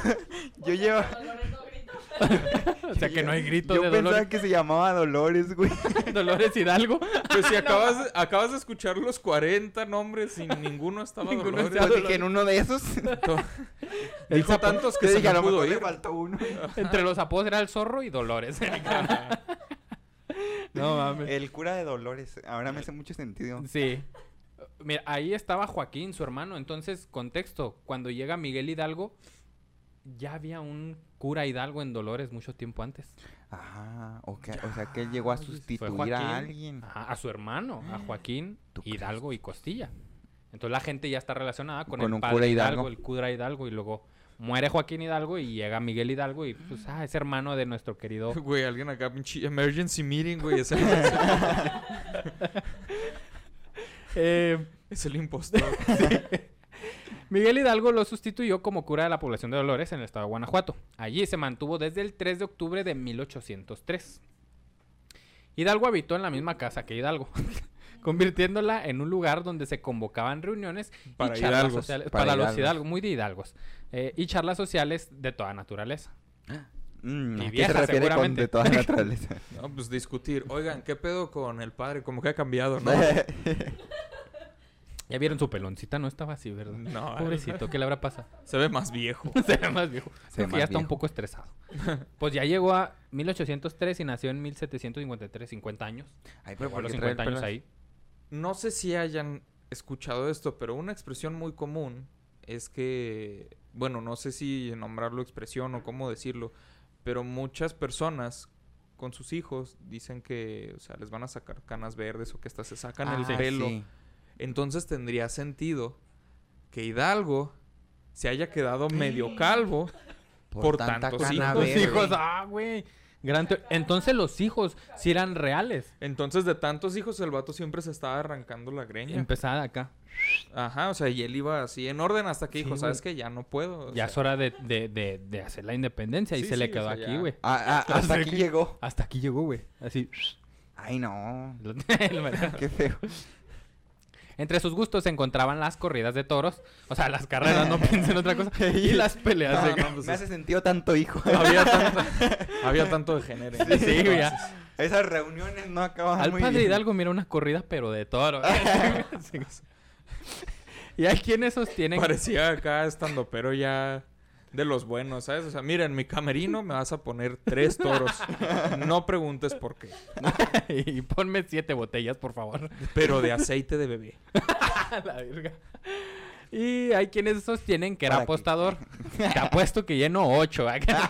Speaker 2: yo llevo.
Speaker 5: Dolores no grito.
Speaker 1: O sea, que no hay grito
Speaker 2: Yo
Speaker 1: de
Speaker 2: pensaba
Speaker 1: Dolores.
Speaker 2: que se llamaba Dolores, güey.
Speaker 1: Dolores Hidalgo.
Speaker 4: Pues si acabas, de- acabas de escuchar los 40 nombres y ninguno estaba
Speaker 1: Ninguno
Speaker 4: Dolores.
Speaker 1: estaba-
Speaker 2: Yo dije en uno de esos.
Speaker 4: To- Dijo tantos que
Speaker 2: Yo
Speaker 4: se
Speaker 2: dije, a
Speaker 4: me
Speaker 2: lo
Speaker 4: pudo
Speaker 2: mejor le
Speaker 4: ir.
Speaker 2: faltó uno.
Speaker 1: Entre los apodos era el zorro y Dolores. no mames.
Speaker 2: El cura de Dolores. Ahora me hace mucho sentido.
Speaker 1: Sí. Mira, ahí estaba Joaquín, su hermano. Entonces, contexto, cuando llega Miguel Hidalgo, ya había un cura Hidalgo en Dolores mucho tiempo antes.
Speaker 2: Ah, ok. O sea, que él llegó a
Speaker 1: Fue
Speaker 2: sustituir
Speaker 1: Joaquín,
Speaker 2: a alguien.
Speaker 1: ajá, a su hermano, a Joaquín
Speaker 2: ¿Tú crees?
Speaker 1: Hidalgo y Costilla. Entonces la gente ya está relacionada con,
Speaker 2: Con
Speaker 1: el
Speaker 2: un
Speaker 1: padre
Speaker 2: cura
Speaker 1: Hidalgo,
Speaker 2: Hidalgo.
Speaker 1: el cura Hidalgo, y luego muere Joaquín Hidalgo y llega Miguel Hidalgo y pues, ah, es hermano de nuestro querido...
Speaker 4: Güey, alguien acá, pinche emergency meeting, güey. Es el,
Speaker 1: Eh,
Speaker 4: es el impostor.
Speaker 1: Miguel Hidalgo lo sustituyó como cura de la población de Dolores en el estado de Guanajuato. Allí se mantuvo desde el 3 de octubre de 1803. Hidalgo habitó en la misma casa que Hidalgo, convirtiéndola en un lugar donde se convocaban reuniones y
Speaker 4: Para
Speaker 1: charlas
Speaker 4: hidalgos.
Speaker 1: sociales-
Speaker 2: Para
Speaker 1: para, los
Speaker 2: hidalgos.
Speaker 1: Hidalgos, muy de Hidalgos, eh, y charlas sociales de toda naturaleza.
Speaker 2: Mm,
Speaker 1: Y
Speaker 2: ¿a qué
Speaker 1: vieja,
Speaker 2: se refiere con
Speaker 1: seguramente.
Speaker 2: de toda naturaleza?
Speaker 4: No, pues discutir. Oigan, ¿qué pedo con el padre? Como que ha cambiado, ¿no?
Speaker 1: Ya vieron su peloncita, no estaba así, ¿verdad?
Speaker 4: No,
Speaker 1: Pobrecito, ¿qué le habrá pasado?
Speaker 4: Se ve más viejo.
Speaker 1: Se ve más viejo.
Speaker 2: Se
Speaker 1: Creo
Speaker 2: ve
Speaker 1: que
Speaker 2: más
Speaker 1: ya está un
Speaker 2: viejo.
Speaker 1: poco estresado. Pues ya llegó a 1803 y nació en 1753, 50 años.
Speaker 2: Ay,
Speaker 1: Llegó a
Speaker 2: ¿por
Speaker 1: los
Speaker 2: qué trae el
Speaker 1: 50 años
Speaker 2: pelo
Speaker 1: ahí.
Speaker 4: No sé si hayan escuchado esto, pero una expresión muy común es que, bueno, no sé si nombrarlo expresión o cómo decirlo, pero muchas personas con sus hijos dicen que, o sea, les van a sacar canas verdes o que hasta se sacan el
Speaker 2: Ah,
Speaker 4: pelo.
Speaker 2: sí.
Speaker 4: Entonces tendría sentido que Hidalgo se haya quedado medio calvo. Por tantos
Speaker 2: cana
Speaker 4: A
Speaker 1: Los
Speaker 4: ver,
Speaker 2: verde.
Speaker 1: hijos, ah, güey. Gran teo- Entonces los hijos sí eran reales.
Speaker 4: Entonces de tantos hijos el vato siempre se estaba arrancando la greña.
Speaker 1: Empezada acá.
Speaker 4: Ajá, o sea, y él iba así en orden hasta que
Speaker 1: Sí,
Speaker 4: dijo,
Speaker 1: güey.
Speaker 4: ¿sabes qué? Pues Ya no puedo. o
Speaker 1: Ya
Speaker 4: sea,
Speaker 1: es hora de, de- de- de hacer la independencia y
Speaker 4: Sí,
Speaker 1: se le
Speaker 4: sí, o
Speaker 1: quedó
Speaker 4: sea,
Speaker 1: aquí,
Speaker 4: ya.
Speaker 1: güey.
Speaker 2: Ah, ah, hasta aquí llegó.
Speaker 1: Hasta aquí llegó, güey. Así.
Speaker 2: Ay, no.
Speaker 1: El- el-
Speaker 2: Qué feo.
Speaker 1: Entre sus gustos se encontraban las corridas de toros, o sea, las carreras, no piensen en otra cosa, y las peleas
Speaker 4: No,
Speaker 1: de
Speaker 4: no,
Speaker 1: gallos.
Speaker 4: pues
Speaker 2: Me
Speaker 4: es-
Speaker 2: hace sentido tanto hijo.
Speaker 4: había, tanto, había tanto de género.
Speaker 1: Sí, sí, güey, ya.
Speaker 2: Esas reuniones no acaban
Speaker 1: Al
Speaker 2: Ah, muy
Speaker 1: padre
Speaker 2: bien.
Speaker 1: Hidalgo mira una corrida, pero de toro. y hay quienes sostienen.
Speaker 4: Parecía acá estando, pero ya de los buenos, ¿sabes? O sea, mira, en mi camerino me vas a poner tres toros. No preguntes por qué,
Speaker 1: y ponme siete botellas, por favor.
Speaker 4: pero de aceite de bebé.
Speaker 1: A la verga. Y hay quienes sostienen que era
Speaker 2: ¿Para qué?
Speaker 1: apostador. Te apuesto que lleno ocho. acá.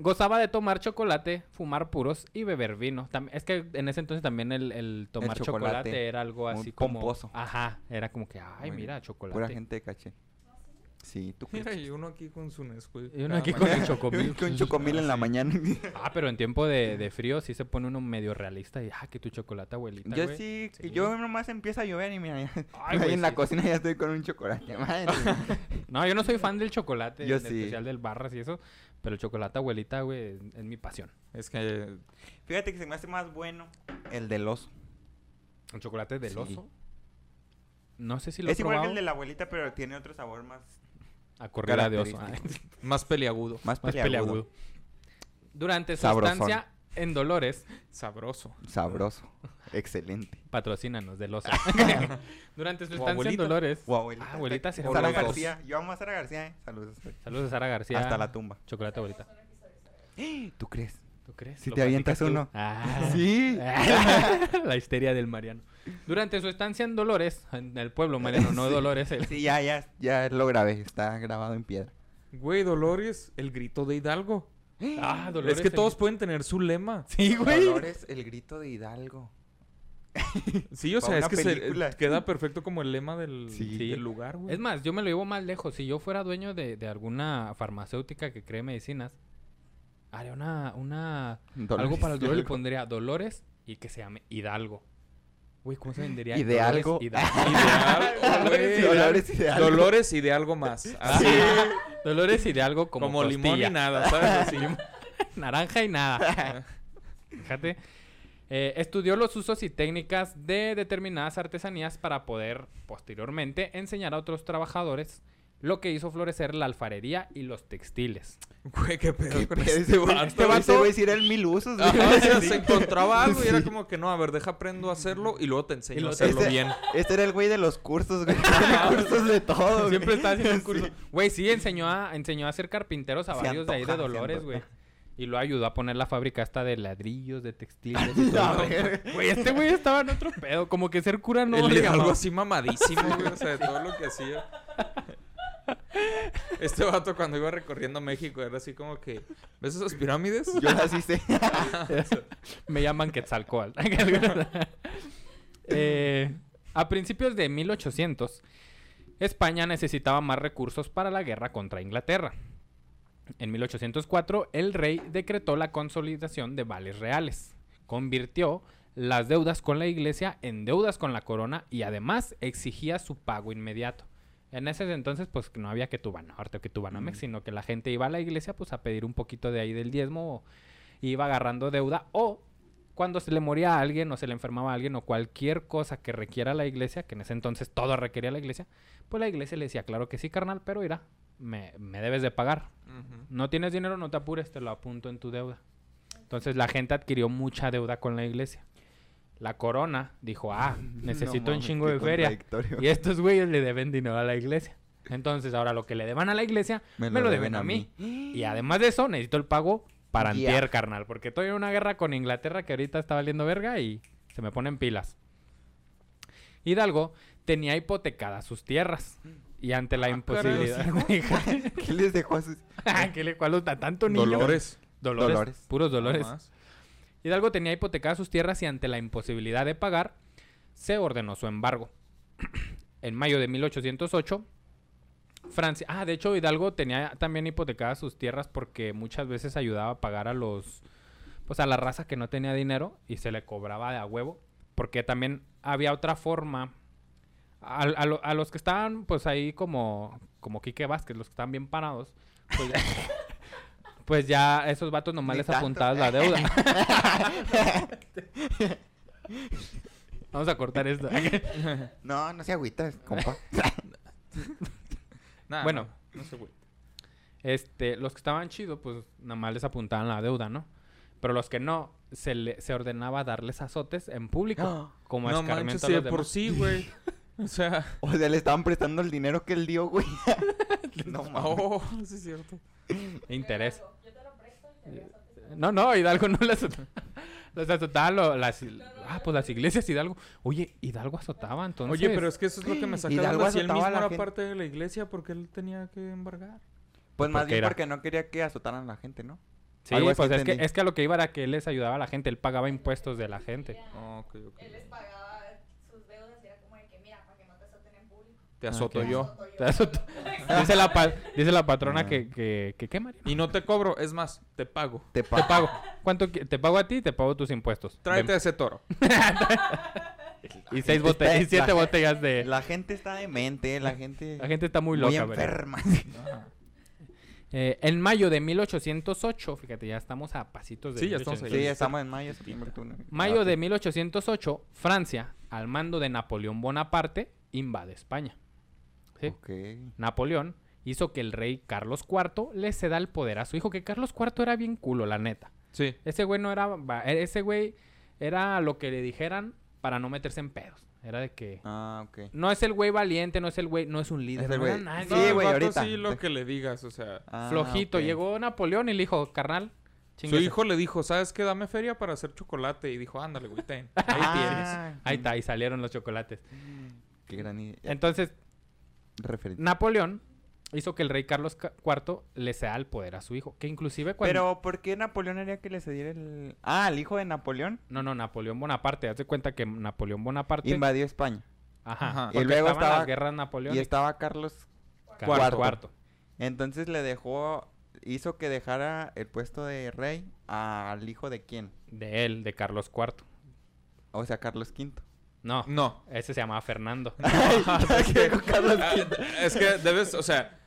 Speaker 1: Gozaba de tomar chocolate, fumar puros y beber vino. Tam- es que en ese entonces también el, el tomar chocolate,
Speaker 2: chocolate.
Speaker 1: era algo
Speaker 2: Muy
Speaker 1: así como...
Speaker 2: pomposo.
Speaker 1: Ajá, era como que, ay,
Speaker 2: Muy
Speaker 1: mira,
Speaker 2: bien.
Speaker 1: chocolate.
Speaker 2: Pura gente de caché. Sí, tú
Speaker 4: Mira, y uno aquí con su Nesquik. Ah,
Speaker 1: Y uno
Speaker 4: cada
Speaker 1: aquí con
Speaker 4: mañana.
Speaker 1: el chocomil.
Speaker 2: Ah, Con chocomil en la mañana.
Speaker 1: Ah, pero en tiempo de, de frío sí se pone uno medio realista y, ah, que tu chocolate, abuelita,
Speaker 2: Yo
Speaker 1: güey.
Speaker 2: sí,
Speaker 1: Sí.
Speaker 2: yo nomás empieza a llover y mira, ya-
Speaker 1: Ay,
Speaker 2: ahí
Speaker 1: güey,
Speaker 2: en la
Speaker 1: sí.
Speaker 2: cocina ya estoy con un chocolate. Madre.
Speaker 1: No, yo no soy fan del chocolate,
Speaker 2: Yo
Speaker 1: en
Speaker 2: sí.
Speaker 1: especial del barras y eso, pero el chocolate, abuelita, güey, es, es mi pasión.
Speaker 4: Es que eh,
Speaker 2: Fíjate que se me hace más bueno el del oso.
Speaker 1: ¿El chocolate del
Speaker 2: Sí.
Speaker 1: oso? No sé si lo he
Speaker 2: Es igual
Speaker 1: probado.
Speaker 2: que el de la abuelita, pero tiene otro sabor más,
Speaker 1: A corrida de oso. ah,
Speaker 4: más peliagudo,
Speaker 2: más,
Speaker 1: más
Speaker 2: peleagudo.
Speaker 1: peleagudo. Durante su
Speaker 2: Sabrosón.
Speaker 1: estancia en Dolores,
Speaker 4: sabroso.
Speaker 2: Sabroso. Excelente.
Speaker 1: patrocínanos del oso. Durante su estancia
Speaker 4: O
Speaker 1: en
Speaker 4: abuelita.
Speaker 1: Dolores,
Speaker 2: O abuelita.
Speaker 1: Ah, abuelita, sí,
Speaker 2: Sara
Speaker 1: los dos.
Speaker 2: García. Yo amo a Sara García, eh. Saludos.
Speaker 1: saludos a Sara García.
Speaker 2: Hasta la tumba.
Speaker 1: Chocolate, abuelita.
Speaker 2: ¿Tú crees?
Speaker 1: ¿Tú crees?
Speaker 2: Si
Speaker 1: ¿Lo
Speaker 2: te avientas
Speaker 1: platicas tú?
Speaker 2: uno.
Speaker 1: Ah.
Speaker 2: Sí.
Speaker 1: la histeria del Mariano. Durante su estancia en Dolores, en el pueblo Mariano, no
Speaker 2: Sí.
Speaker 1: Dolores, el-
Speaker 2: Sí, ya, ya, ya lo grabé. Está grabado en piedra.
Speaker 4: Güey, Dolores, el grito de Hidalgo.
Speaker 1: Ah, Dolores.
Speaker 4: es que
Speaker 1: el-
Speaker 4: todos pueden tener su lema.
Speaker 1: Sí, güey.
Speaker 2: Dolores, el grito de Hidalgo.
Speaker 4: Sí, o
Speaker 2: Pa'
Speaker 4: sea, es
Speaker 2: una
Speaker 4: que se-
Speaker 2: película.
Speaker 4: queda perfecto como el lema del,
Speaker 2: Sí.
Speaker 4: del lugar, güey.
Speaker 1: Es más, yo me lo llevo más lejos. Si yo fuera dueño de, de alguna farmacéutica que cree medicinas, haría una, una algo para el dolor y le pondría Dolores y que se llame Hidalgo. Güey, ¿cómo se vendería?
Speaker 2: Y de
Speaker 1: Dolores
Speaker 2: algo.
Speaker 1: Hidalgo.
Speaker 4: Ideal,
Speaker 2: Dolores,
Speaker 4: güey.
Speaker 2: Dolores Hidalgo.
Speaker 4: Dolores y de algo más. Ah. Así,
Speaker 1: Dolores y de algo como,
Speaker 4: como limón y
Speaker 1: costilla.
Speaker 4: nada, ¿sabes? Así.
Speaker 1: naranja y nada. Fíjate. Eh, estudió los usos y técnicas de determinadas artesanías para poder posteriormente enseñar a otros trabajadores lo que hizo florecer la alfarería y los textiles.
Speaker 4: Güey, qué pedo
Speaker 2: ¿Qué
Speaker 4: con
Speaker 2: pedo?
Speaker 4: este
Speaker 2: Ese güey-
Speaker 4: vato,
Speaker 2: Este
Speaker 4: güey.
Speaker 2: vato, güey, sí era el mil usos. güey.
Speaker 4: Ajá,
Speaker 1: Ah,
Speaker 4: o sea, se encontraba algo y era
Speaker 2: Sí.
Speaker 4: como que no, a ver, deja aprendo a hacerlo y luego te enseño
Speaker 1: luego
Speaker 4: a
Speaker 1: te-
Speaker 4: hacerlo
Speaker 2: Este-
Speaker 4: bien.
Speaker 2: Este era el güey de los cursos, güey. cursos de todo, güey.
Speaker 1: Ah. Siempre está haciendo un curso.
Speaker 2: Sí.
Speaker 1: Güey, sí, enseñó a, enseñó a ser carpinteros a
Speaker 2: Se
Speaker 1: varios de ahí de
Speaker 2: antoja, se
Speaker 1: Dolores, güey.
Speaker 2: antoja.
Speaker 1: Y lo ayudó a poner la fábrica esta de ladrillos, de textiles. y
Speaker 2: La
Speaker 1: todo.
Speaker 2: verga.
Speaker 1: Güey, este güey estaba en otro pedo. Como que ser cura no
Speaker 4: El
Speaker 1: le
Speaker 4: Hidalgo
Speaker 1: llamaba.
Speaker 4: así mamadísimo, güey, o sea, de todo lo que hacía. Este vato cuando iba recorriendo México era así como que, ¿ves esas pirámides?
Speaker 2: Yo las hice.
Speaker 1: Me llaman Quetzalcóatl. Eh, a principios de 1800, España necesitaba más recursos para la guerra contra Inglaterra. En 1804, el rey decretó la consolidación de vales reales. Convirtió las deudas con la iglesia en deudas con la corona y además exigía su pago inmediato. En ese entonces, pues no había que tubanorte o que tubanamex, sino que la gente iba a la iglesia pues a pedir un poquito de ahí del diezmo o- y iba agarrando deuda o cuando se le moría a alguien o se le enfermaba a alguien o cualquier cosa que requiera la iglesia, que en ese entonces todo requería la iglesia, pues la iglesia le decía, claro que sí, carnal, pero irá, me, me debes de pagar.
Speaker 4: Ujú.
Speaker 1: No tienes dinero, no te apures, te lo apunto en tu deuda. Entonces la gente adquirió mucha deuda con la iglesia. La corona dijo, ah, necesito
Speaker 2: No
Speaker 1: un
Speaker 2: mames,
Speaker 1: chingo
Speaker 2: qué
Speaker 1: de feria.
Speaker 2: contradictorio.
Speaker 1: Y estos güeyes le deben dinero a la iglesia. Entonces ahora lo que le deban a la iglesia, me lo, deben, a mí. Y además de eso, necesito el pago para
Speaker 2: Ya.
Speaker 1: antier, carnal. Porque estoy en una guerra con Inglaterra que ahorita está valiendo verga y se me ponen pilas. Hidalgo tenía hipotecadas sus tierras. Y ante
Speaker 2: Ah,
Speaker 1: la imposibilidad...
Speaker 2: ¿Qué les dejó a sus
Speaker 1: ¿Qué le cuál a tanto niño?
Speaker 4: Dolores.
Speaker 1: Dolores.
Speaker 2: Dolores.
Speaker 1: Puros dolores.
Speaker 4: nada más.
Speaker 1: Hidalgo tenía hipotecadas sus tierras y ante la imposibilidad de pagar, se ordenó su embargo. en mayo de 1808, Francia... Ah, de hecho, Hidalgo tenía también hipotecadas sus tierras porque muchas veces ayudaba a pagar a los... Pues a la raza que no tenía dinero y se le cobraba de a huevo. Porque también había otra forma... A, a lo- a los que estaban pues ahí como... Como Quique Vázquez, los que estaban bien parados. Pues ya, pues ya esos vatos nomás
Speaker 2: Ni
Speaker 1: les
Speaker 2: tanto.
Speaker 1: apuntabas la deuda. Vamos a cortar esto.
Speaker 2: No, no se agüitas, compa.
Speaker 4: Nah,
Speaker 1: Bueno.
Speaker 4: no, no sé, güey.
Speaker 1: Este, los que estaban chidos, pues nada más les apuntaban la deuda, ¿no? Pero los que no, se, le, se ordenaba darles azotes en público. Como
Speaker 4: ¡Ah! No
Speaker 1: escarmiento
Speaker 4: manches,
Speaker 1: a
Speaker 4: sí, de
Speaker 1: los
Speaker 4: por
Speaker 1: demás.
Speaker 4: sí, güey. O sea,
Speaker 2: o sea, le estaban prestando el dinero que él dio, güey. no mames.
Speaker 4: oh, sí es cierto.
Speaker 1: Interés. Eh,
Speaker 5: Yo te lo presto y te voy a soltar.
Speaker 1: No, no, Hidalgo no las azotaba. Las azotaban lo- las, ah, pues las iglesias Hidalgo. Oye, Hidalgo azotaba entonces.
Speaker 4: Oye, pero es que eso es lo que me saca de
Speaker 2: Hidalgo
Speaker 4: onda. Si él
Speaker 2: azotaba a
Speaker 4: mismo
Speaker 2: la
Speaker 4: era
Speaker 2: gente.
Speaker 4: parte de la iglesia, porque él tenía que embargar?
Speaker 2: Pues más
Speaker 1: Porque
Speaker 2: bien
Speaker 1: era.
Speaker 2: porque no quería que azotaran a la gente, ¿no?
Speaker 1: Sí,
Speaker 2: Algo así
Speaker 1: pues es que,
Speaker 2: entendí.
Speaker 1: es que a lo que iba era que él les ayudaba a la gente, él pagaba impuestos de la gente.
Speaker 4: Ah, ok, ok.
Speaker 5: Él les pagaba sus deudas y era como de que, mira, para que no te azoten en público.
Speaker 2: Ah,
Speaker 4: Te azoto
Speaker 1: ok.
Speaker 4: yo.
Speaker 1: Te azotó. Dice la, pa- dice la patrona
Speaker 2: Ah.
Speaker 1: que, que, que ¿qué, María?
Speaker 4: Y no te cobro, es más, te pago.
Speaker 2: Te
Speaker 1: Te
Speaker 2: pago.
Speaker 1: pago. ¿Cuánto qui- te pago a ti y te pago tus impuestos?
Speaker 4: Tráete a ese toro.
Speaker 1: Y seis botellas, y
Speaker 2: Está-
Speaker 1: siete
Speaker 2: la-
Speaker 1: botellas de... La,
Speaker 2: La gente está demente, la gente...
Speaker 1: Eh. gente está muy
Speaker 2: muy
Speaker 1: loca, ¿verdad?
Speaker 2: enferma.
Speaker 1: Eh, en mayo de 1808, fíjate, ya estamos a pasitos de
Speaker 4: Sí, ya estamos ahí.
Speaker 2: Sí, ya
Speaker 1: 1808.
Speaker 2: estamos en mayo, septiembre, octubre. Ah,
Speaker 1: Mayo de 1808, Francia, al mando de Napoleón Bonaparte, invade España. ¿Sí?
Speaker 2: Ok.
Speaker 1: Napoleón hizo que el rey Carlos IV le ceda el poder a su hijo, que Carlos IV era bien culo, la neta.
Speaker 4: Sí.
Speaker 1: Ese güey no era. va- e, Ese güey era lo que le dijeran para no meterse en pedos. Era de que.
Speaker 2: Ah, ok.
Speaker 1: No es el güey valiente, no es el güey, no es un líder,
Speaker 2: Es el
Speaker 1: no era
Speaker 2: güey-
Speaker 1: nadie.
Speaker 2: Sí,
Speaker 4: No, el
Speaker 2: güey,
Speaker 4: vato
Speaker 2: ahorita.
Speaker 4: Sí, lo que le digas, o sea.
Speaker 2: Ah,
Speaker 1: Flojito.
Speaker 2: ok.
Speaker 1: Llegó Napoleón y le dijo, carnal,
Speaker 4: Su
Speaker 1: chinguese".
Speaker 4: hijo le dijo, ¿sabes qué? Dame feria para hacer chocolate. Y dijo, ándale, güey, ten. Ahí tienes.
Speaker 2: Ah,
Speaker 1: Ahí está, y salieron los chocolates.
Speaker 2: Qué gran idea.
Speaker 1: Entonces,
Speaker 2: referencia.
Speaker 1: Napoleón hizo que el rey Carlos ca- IV le ceda el poder a su hijo. Que inclusive cuando.
Speaker 2: Pero, ¿por qué Napoleón haría que le cediera el...? Ah, el hijo de Napoleón
Speaker 1: No, no, Napoleón Bonaparte. Haz de cuenta que Napoleón Bonaparte.
Speaker 2: invadió España.
Speaker 1: Ajá.
Speaker 4: Ajá. Y
Speaker 1: porque
Speaker 2: luego
Speaker 1: estaban
Speaker 2: estaba-
Speaker 1: las guerras Napoleón
Speaker 2: Y estaba Carlos.
Speaker 1: Carlos
Speaker 2: cuarto.
Speaker 1: IV.
Speaker 2: Entonces le dejó... Hizo que dejara el puesto de rey al hijo de quién.
Speaker 1: De él, de Carlos IV.
Speaker 2: O sea, Carlos V.
Speaker 1: No,
Speaker 4: No.
Speaker 1: ese se llamaba Fernando.
Speaker 4: Ah, es que debes, o sea,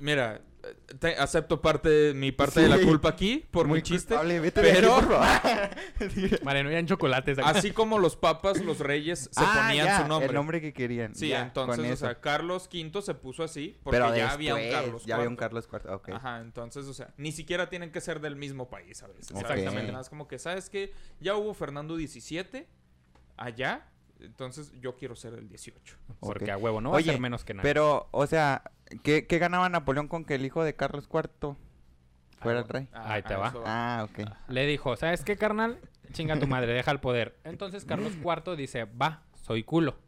Speaker 4: mira, te- acepto parte, mi parte de la
Speaker 2: Sí.
Speaker 4: culpa aquí por mi chiste.
Speaker 2: culpable, vete de aquí,
Speaker 4: pero-
Speaker 2: por favor.
Speaker 1: Mariano, eran chocolates. acá.
Speaker 4: Así como los papas, los reyes se
Speaker 2: Ah,
Speaker 4: ponían
Speaker 2: ya,
Speaker 4: su nombre.
Speaker 2: El nombre que querían.
Speaker 4: Sí,
Speaker 2: ya, con
Speaker 4: entonces, o
Speaker 2: eso.
Speaker 4: sea, Carlos V se puso así porque
Speaker 2: Pero
Speaker 4: ya había un
Speaker 2: después,
Speaker 4: Carlos
Speaker 2: Ya había un
Speaker 4: IV.
Speaker 2: Carlos IV, ok.
Speaker 4: Ajá, entonces, o sea, ni siquiera tienen que ser del mismo país a veces.
Speaker 2: Ok.
Speaker 4: Exactamente, nada más como que, ¿sabes qué? Ya hubo Fernando XVII allá, entonces yo quiero ser el 18.
Speaker 1: Porque
Speaker 2: Ok.
Speaker 1: a huevo, no va
Speaker 2: Oye,
Speaker 1: a ser menos que nada.
Speaker 2: Pero, o sea, ¿qué, qué ganaba Napoleón con que el hijo de Carlos IV fuera el rey?
Speaker 4: Ah,
Speaker 1: Ahí te
Speaker 4: a
Speaker 1: va.
Speaker 4: eso
Speaker 2: Ah, ok.
Speaker 1: Le dijo, ¿sabes qué, carnal? Chinga tu madre, deja el poder. Entonces Carlos IV dice, va, soy culo.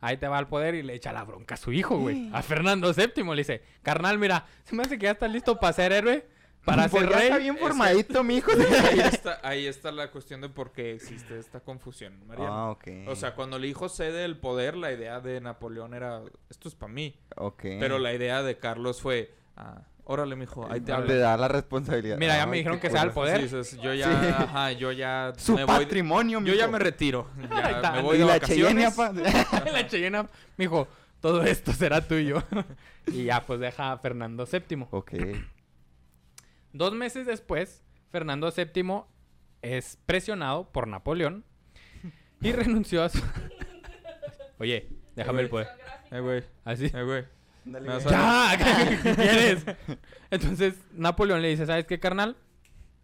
Speaker 1: Ahí te va al poder y le echa la bronca a su hijo, güey. A Fernando VII le dice, carnal, mira, se me hace que ya estás listo para ser héroe, para
Speaker 2: Pues
Speaker 1: ser
Speaker 2: ya está
Speaker 1: rey.
Speaker 2: bien formadito, mi hijo.
Speaker 4: Ahí está, ahí está la cuestión de por qué existe esta confusión, Mariano.
Speaker 2: Ah, ok.
Speaker 4: O sea, cuando el hijo cede el poder, la idea de Napoleón era, esto es para mí.
Speaker 2: ok.
Speaker 4: Pero la idea de Carlos fue, ah, órale, mijo, ahí te
Speaker 2: Ya
Speaker 4: hablo.
Speaker 2: Le Ah, da la responsabilidad.
Speaker 1: Mira, ya
Speaker 2: Ay,
Speaker 1: me
Speaker 2: qué
Speaker 1: dijeron que
Speaker 2: cosa.
Speaker 1: sea al poder.
Speaker 4: Sí, sí, sí, yo ya,
Speaker 2: Sí.
Speaker 4: ajá, yo ya
Speaker 2: Su
Speaker 4: me voy.
Speaker 2: patrimonio,
Speaker 4: Yo ya
Speaker 2: mijo.
Speaker 4: me retiro. ya
Speaker 1: está.
Speaker 4: me voy
Speaker 2: Y
Speaker 4: de
Speaker 2: la Cheyenne,
Speaker 4: vacaciones.
Speaker 2: apa.
Speaker 1: la Cheyenne me dijo, todo esto será tuyo. y ya, pues deja a Fernando VII.
Speaker 2: Ok.
Speaker 1: Dos meses después, Fernando VII es presionado por Napoleón y renunció a su... Oye, déjame el poder.
Speaker 4: Eh, güey,
Speaker 1: Así.
Speaker 4: eh, güey.
Speaker 2: Dale,
Speaker 4: Me vas
Speaker 2: güey.
Speaker 4: a-
Speaker 1: ¡Ya! ¿Qué quieres? Entonces, Napoleón le dice, ¿sabes qué, carnal?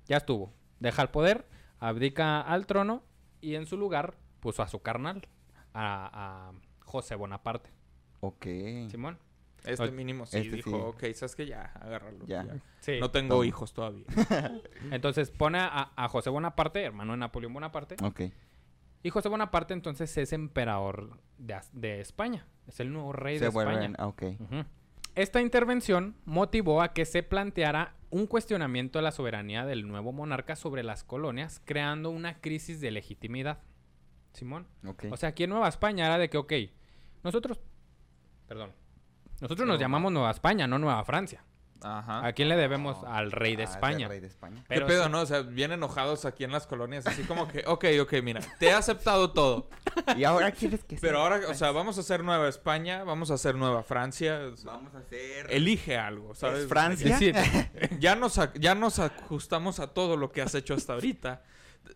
Speaker 1: Ya estuvo. Deja el poder, abdica al trono y en su lugar puso a su carnal, a, a José Bonaparte.
Speaker 2: Ok.
Speaker 1: ¿Simón?
Speaker 4: Este mínimo sí
Speaker 2: Este
Speaker 4: dijo,
Speaker 2: sí.
Speaker 4: ok, ¿sabes qué? Ya, agárralo.
Speaker 2: Ya.
Speaker 4: ya.
Speaker 1: Sí.
Speaker 4: No tengo
Speaker 2: Toma.
Speaker 4: hijos todavía.
Speaker 1: Entonces pone a, a José Bonaparte, hermano de Napoleón Bonaparte,
Speaker 2: Ok.
Speaker 1: y José Bonaparte entonces es emperador de, As- de España. Es el nuevo rey
Speaker 2: Se
Speaker 1: de
Speaker 2: vuelven.
Speaker 1: España.
Speaker 2: ah, Ok.
Speaker 1: Ujú. Esta intervención motivó a que se planteara un cuestionamiento a la soberanía del nuevo monarca sobre las colonias, creando una crisis de legitimidad. Simón.
Speaker 2: Ok.
Speaker 1: O sea, aquí en Nueva España era de que, ok, nosotros, perdón, nosotros nos llamamos Nueva España, no Nueva Francia.
Speaker 4: Ajá.
Speaker 1: ¿A quién le debemos?
Speaker 2: Ah, No.
Speaker 1: Al rey de
Speaker 2: Ah, es el
Speaker 1: España.
Speaker 2: rey de España.
Speaker 1: Pero
Speaker 4: ¿Qué pedo,
Speaker 1: sí-
Speaker 4: no? O sea, bien enojados aquí en las colonias, así como que, ok, ok, mira, te he aceptado todo,
Speaker 2: Y ahora quieres que
Speaker 4: pero
Speaker 2: sea-
Speaker 4: ahora, o sea, vamos a hacer Nueva España, vamos a hacer Nueva Francia, o sea,
Speaker 2: Vamos a hacer.
Speaker 4: elige algo, ¿sabes?
Speaker 2: ¿Es Francia?
Speaker 1: Sí, sí.
Speaker 4: Ya nos, ac- ya nos ajustamos a todo lo que has hecho hasta ahorita,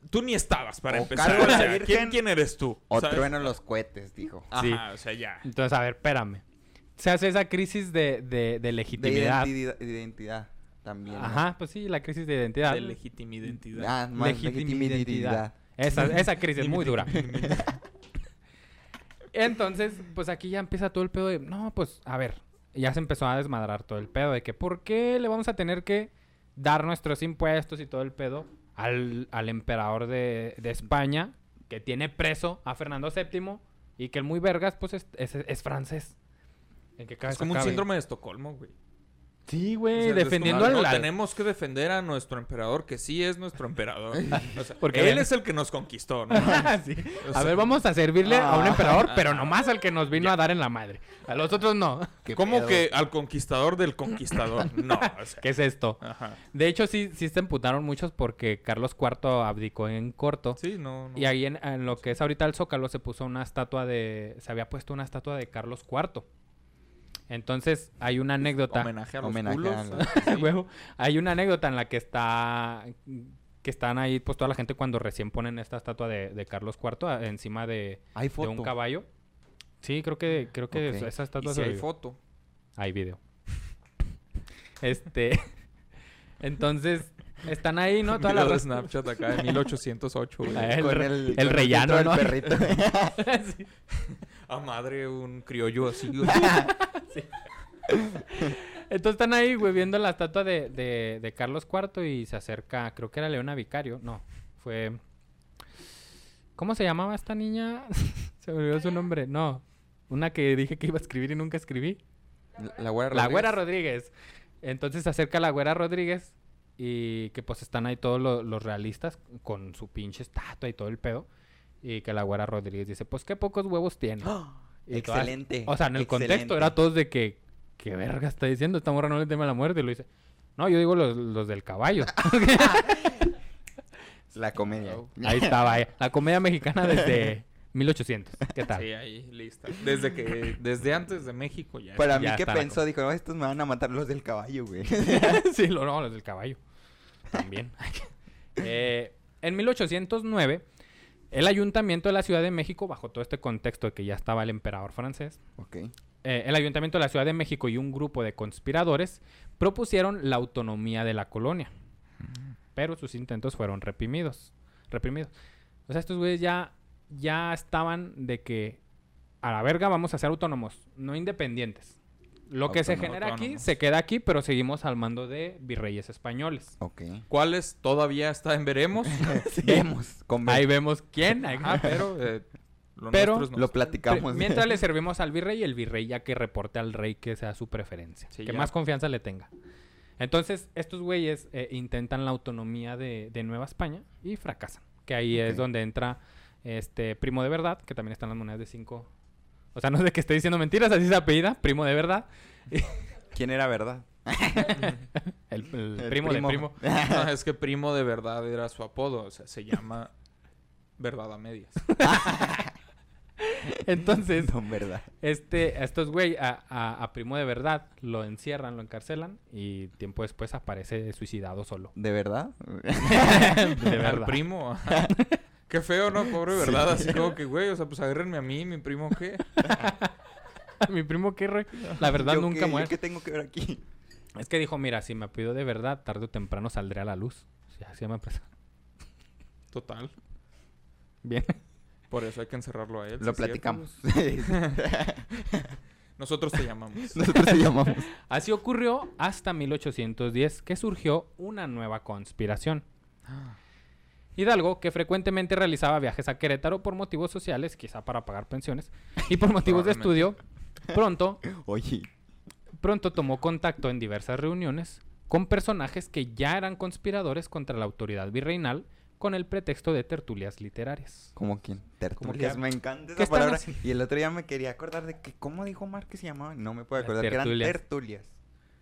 Speaker 4: Tú ni estabas para
Speaker 2: O
Speaker 4: empezar.
Speaker 2: cargo
Speaker 4: o
Speaker 2: la
Speaker 4: sea, ¿quién,
Speaker 2: Virgen,
Speaker 4: quién eres tú?
Speaker 2: O
Speaker 4: ¿Sabes?
Speaker 2: trueno los cohetes, dijo.
Speaker 4: Ajá,
Speaker 1: Sí.
Speaker 4: o sea, ya.
Speaker 1: Entonces, a ver, espérame. Se hace esa crisis de, de- de
Speaker 2: De
Speaker 1: legitimidad.
Speaker 2: identidad, identidad también. ¿no?
Speaker 1: Ajá, pues sí, la crisis de identidad.
Speaker 4: De legítima identidad.
Speaker 2: Ah, más
Speaker 1: Legitimidad.
Speaker 2: legitimidad.
Speaker 1: Esa, esa crisis muy dura. Entonces, pues aquí ya empieza todo el pedo de, no, pues, a ver, ya se empezó a desmadrar todo el pedo de que, ¿por qué le vamos a tener que dar nuestros impuestos y todo el pedo al, al emperador de, de España que tiene preso a Fernando VII y que el muy vergas, pues, es, es- es francés? En que
Speaker 4: Es como un síndrome de Estocolmo, güey.
Speaker 1: Sí,
Speaker 4: O
Speaker 1: güey,
Speaker 4: sea,
Speaker 1: defendiendo
Speaker 4: es
Speaker 1: al...
Speaker 4: como, no,
Speaker 1: al-
Speaker 4: tenemos que defender a nuestro emperador, que sí es nuestro emperador. O sea,
Speaker 1: Porque
Speaker 4: él
Speaker 1: ven-
Speaker 4: es el que nos conquistó, ¿no?
Speaker 1: Ah, Sí.
Speaker 4: O
Speaker 1: A
Speaker 4: sea,
Speaker 1: ver, vamos a servirle a un
Speaker 2: Ah.
Speaker 1: emperador, pero nomás al que nos vino a dar en la madre. A los otros no.
Speaker 2: ¿Qué
Speaker 4: ¿Cómo
Speaker 2: pedo?
Speaker 4: que al conquistador del conquistador? No, o sea,
Speaker 1: ¿Qué es esto?
Speaker 4: ajá.
Speaker 1: De hecho, sí, sí se emputaron muchos porque Carlos IV abdicó en corto.
Speaker 4: Sí, no, no.
Speaker 1: Y ahí en, en lo que es ahorita el Zócalo se puso una estatua de... Se había puesto una estatua de Carlos IV. Entonces, hay una anécdota...
Speaker 4: Homenaje a los
Speaker 2: Homenaje
Speaker 4: culos,
Speaker 2: a los-
Speaker 4: ¿sabes?
Speaker 1: A huevo. Hay una anécdota en la que está que están ahí pues toda la gente cuando recién ponen esta estatua de, de Carlos IV a- encima de,
Speaker 2: Hay
Speaker 1: de
Speaker 2: foto.
Speaker 1: un caballo. Sí, creo que creo que
Speaker 2: Ok.
Speaker 1: esa
Speaker 4: Y
Speaker 1: estatua
Speaker 4: si hay
Speaker 1: sobrevivió.
Speaker 4: foto.
Speaker 1: Hay video. Este entonces están ahí, ¿no? Toda la
Speaker 4: Video de
Speaker 1: raza-
Speaker 4: Snapchat acá de 1808,
Speaker 1: Ah,
Speaker 4: güey.
Speaker 1: eh. El
Speaker 2: con
Speaker 1: re-
Speaker 2: el,
Speaker 1: el
Speaker 2: con
Speaker 1: rellano,
Speaker 2: filtro del
Speaker 1: ¿no?
Speaker 2: perrito.
Speaker 1: Sí.
Speaker 4: A madre, un criollo así.
Speaker 1: Entonces están ahí, güey, viendo la estatua de, de- de Carlos IV y se acerca, creo que era Leona Vicario, no, fue... ¿Cómo se llamaba esta niña? se me olvidó su nombre, no. Una que dije que iba a escribir y nunca escribí.
Speaker 2: La güera
Speaker 1: La Güera Rodríguez.
Speaker 2: Rodríguez.
Speaker 1: Entonces se acerca la Güera Rodríguez y que pues están ahí todos lo- los realistas con su pinche estatua y todo el pedo. Y que la Güera Rodríguez dice, pues qué pocos huevos tiene.
Speaker 2: ¡Ah!
Speaker 1: Y todas-
Speaker 2: Excelente.
Speaker 1: o sea, en el contexto era todos de que, ¿qué verga está diciendo? Esta morra no le teme a la muerte. Y lo dice, no, yo digo los, los del caballo.
Speaker 2: La comedia.
Speaker 1: Ahí estaba, eh, la comedia mexicana desde 1800. ¿Qué tal?
Speaker 4: Sí, ahí, lista. Desde que, desde antes de México ya.
Speaker 2: Para mí
Speaker 1: Ya
Speaker 2: que
Speaker 1: está la
Speaker 2: pensó, dijo, no, estos me van a matar los del caballo, güey.
Speaker 1: sí, lo, no, los del caballo. También. Eh, en 1809, el ayuntamiento de la Ciudad de México, bajo todo este contexto de que ya estaba el emperador francés,
Speaker 2: ok.
Speaker 1: eh, el ayuntamiento de la Ciudad de México y un grupo de conspiradores propusieron la autonomía de la colonia. Pero sus intentos fueron reprimidos. Reprimidos. O sea, estos güeyes ya, ya estaban de que a la verga vamos a ser autónomos, no independientes. Lo que se
Speaker 2: Autónomo-
Speaker 1: genera aquí
Speaker 4: autónomos.
Speaker 1: se queda aquí, pero seguimos al mando de virreyes españoles.
Speaker 2: Ok.
Speaker 4: ¿Cuáles todavía está en veremos?
Speaker 2: Vemos. con-
Speaker 1: Ahí vemos quién. ahí-
Speaker 4: Ajá, pero eh,
Speaker 1: Pero-
Speaker 4: lo nuestro es
Speaker 2: Lo
Speaker 4: nuestro.
Speaker 1: Pre-
Speaker 2: platicamos.
Speaker 1: Mientras le servimos al virrey, el virrey ya que reporte al rey que sea su preferencia,
Speaker 4: Sí,
Speaker 1: que
Speaker 4: ya.
Speaker 1: más confianza le tenga. Entonces, estos güeyes eh, intentan la autonomía de, de Nueva España y fracasan. Que ahí es
Speaker 2: Ok.
Speaker 1: donde entra este primo de verdad, que también están las monedas de cinco. O sea, no es de que esté diciendo mentiras, así se apellida, primo de verdad.
Speaker 2: ¿Quién era verdad?
Speaker 1: El, el
Speaker 2: El
Speaker 1: primo,
Speaker 2: primo.
Speaker 1: de primo.
Speaker 4: No, Ah, es que primo de verdad era su apodo. O sea, se llama Verdad a Medias.
Speaker 1: Entonces,
Speaker 2: Don verdad.
Speaker 1: este, a estos güey, a, a- a primo de verdad, lo encierran, lo encarcelan y tiempo después aparece suicidado solo.
Speaker 2: ¿De verdad?
Speaker 1: de
Speaker 4: Al
Speaker 1: verdad.
Speaker 4: primo. ajá. Qué feo, ¿no? Pobre verdad. Así como que, güey, o sea, pues agárrenme a mí, mi primo, ¿qué?
Speaker 1: Mi primo que re- la verdad
Speaker 2: ¿Yo qué-
Speaker 1: nunca
Speaker 2: yo
Speaker 1: muere.
Speaker 2: ¿Qué tengo que ver aquí?
Speaker 1: Es que dijo, mira, si me pido de verdad, tarde o temprano saldré a la luz. Sí, así me pasó.
Speaker 4: Total.
Speaker 1: Bien.
Speaker 4: Por eso hay que encerrarlo a él. sí
Speaker 2: Lo
Speaker 4: es cierto.
Speaker 2: platicamos.
Speaker 4: Nosotros te llamamos.
Speaker 2: Nosotros te llamamos.
Speaker 1: Así ocurrió hasta 1810, que surgió una nueva conspiración. Hidalgo, que frecuentemente realizaba viajes a Querétaro por motivos sociales, quizá para pagar pensiones, y por motivos de estudio,
Speaker 4: Probablemente.
Speaker 1: pronto
Speaker 2: Oye,
Speaker 1: pronto tomó contacto en diversas reuniones con personajes que ya eran conspiradores contra la autoridad virreinal con el pretexto de tertulias literarias.
Speaker 2: ¿cómo quién? Tertulias.
Speaker 1: que-
Speaker 2: Me encanta
Speaker 1: ¿Qué
Speaker 2: esa
Speaker 1: están
Speaker 2: palabra.
Speaker 1: haciendo?
Speaker 2: Y el otro día me quería acordar de que, ¿cómo dijo Mar que se llamaba? No me puedo
Speaker 1: Las
Speaker 2: acordar. Que eran
Speaker 1: tertulias.
Speaker 2: tertulias.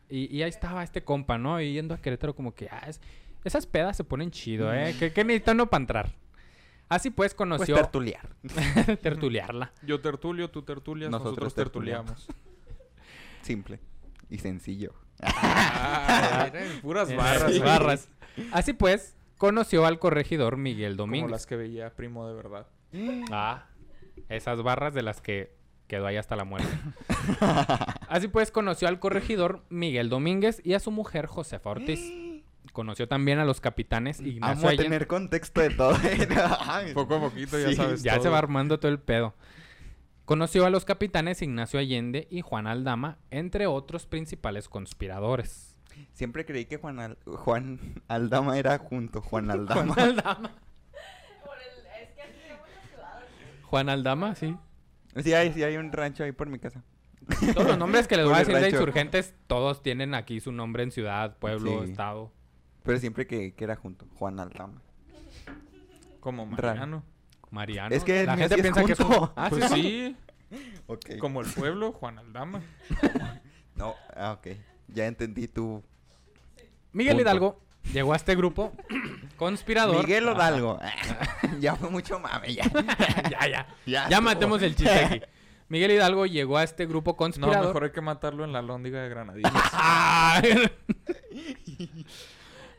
Speaker 1: Y, y ahí estaba este compa, ¿no? Y yendo a Querétaro como que, ah, es- esas pedas se ponen chido, ¿eh? ¿Qué, qué necesita uno para entrar? Así pues
Speaker 2: Pues
Speaker 1: conoció
Speaker 2: tertuliar.
Speaker 1: tertuliarla.
Speaker 4: Yo tertulio, tú tertulias,
Speaker 2: Nosotros
Speaker 4: nosotros,
Speaker 2: tertuliamos.
Speaker 4: tertuliamos.
Speaker 2: Simple. Y sencillo.
Speaker 4: Ah, miren, puras
Speaker 1: Eh,
Speaker 4: barras.
Speaker 1: barras. Así pues, conoció al corregidor Miguel
Speaker 4: Como
Speaker 1: Domínguez.
Speaker 4: las que veía primo de verdad.
Speaker 1: Ah, esas barras de las que quedó ahí hasta la muerte. Así pues, conoció al corregidor Miguel Domínguez y a su mujer Josefa Ortiz. Conoció también a los capitanes
Speaker 2: Vamos
Speaker 1: Ignacio
Speaker 2: Mm. a
Speaker 1: Allen.
Speaker 2: tener contexto de todo. Ay,
Speaker 4: Poco a poquito ya
Speaker 2: Sí,
Speaker 4: sabes
Speaker 1: Ya se
Speaker 4: todo.
Speaker 1: va armando todo el pedo. Conoció a los capitanes Ignacio Allende y Juan Aldama, entre otros principales conspiradores.
Speaker 2: Siempre creí que Juan, Al- Juan Aldama era junto. Juan Aldama.
Speaker 1: Aldama.
Speaker 5: Por el, es que aquí estamos ciudad.
Speaker 1: Juan Aldama, sí.
Speaker 2: Sí hay, sí hay un rancho ahí por mi casa.
Speaker 1: Todos los nombres que les voy a
Speaker 2: Pobre
Speaker 1: decir de
Speaker 2: rancho.
Speaker 1: insurgentes, todos tienen aquí su nombre en ciudad, pueblo,
Speaker 2: Sí.
Speaker 1: estado.
Speaker 2: Pero siempre que, que era junto. Juan Aldama.
Speaker 4: Como
Speaker 2: Raro.
Speaker 4: Mariano.
Speaker 1: Mariano.
Speaker 2: Es que el
Speaker 1: la
Speaker 2: mío
Speaker 1: gente
Speaker 2: sí es
Speaker 1: piensa que es un-
Speaker 2: junto.
Speaker 1: Ah,
Speaker 4: pues
Speaker 1: sí.
Speaker 4: sí,
Speaker 2: Ok.
Speaker 4: como el pueblo, Juan Aldama.
Speaker 2: No, ah, ok. Ya entendí tu...
Speaker 1: Miguel
Speaker 2: Punto.
Speaker 1: Hidalgo llegó a este grupo conspirador.
Speaker 2: Miguel Hidalgo. ya fue mucho mame, ya.
Speaker 1: ya, ya.
Speaker 2: Ya,
Speaker 1: Ya
Speaker 2: estuvo.
Speaker 1: matemos el chiste aquí. Miguel Hidalgo llegó a este grupo
Speaker 4: No,
Speaker 1: conspirador.
Speaker 4: mejor hay que matarlo en la lóndiga de Granadillas.
Speaker 1: Ay.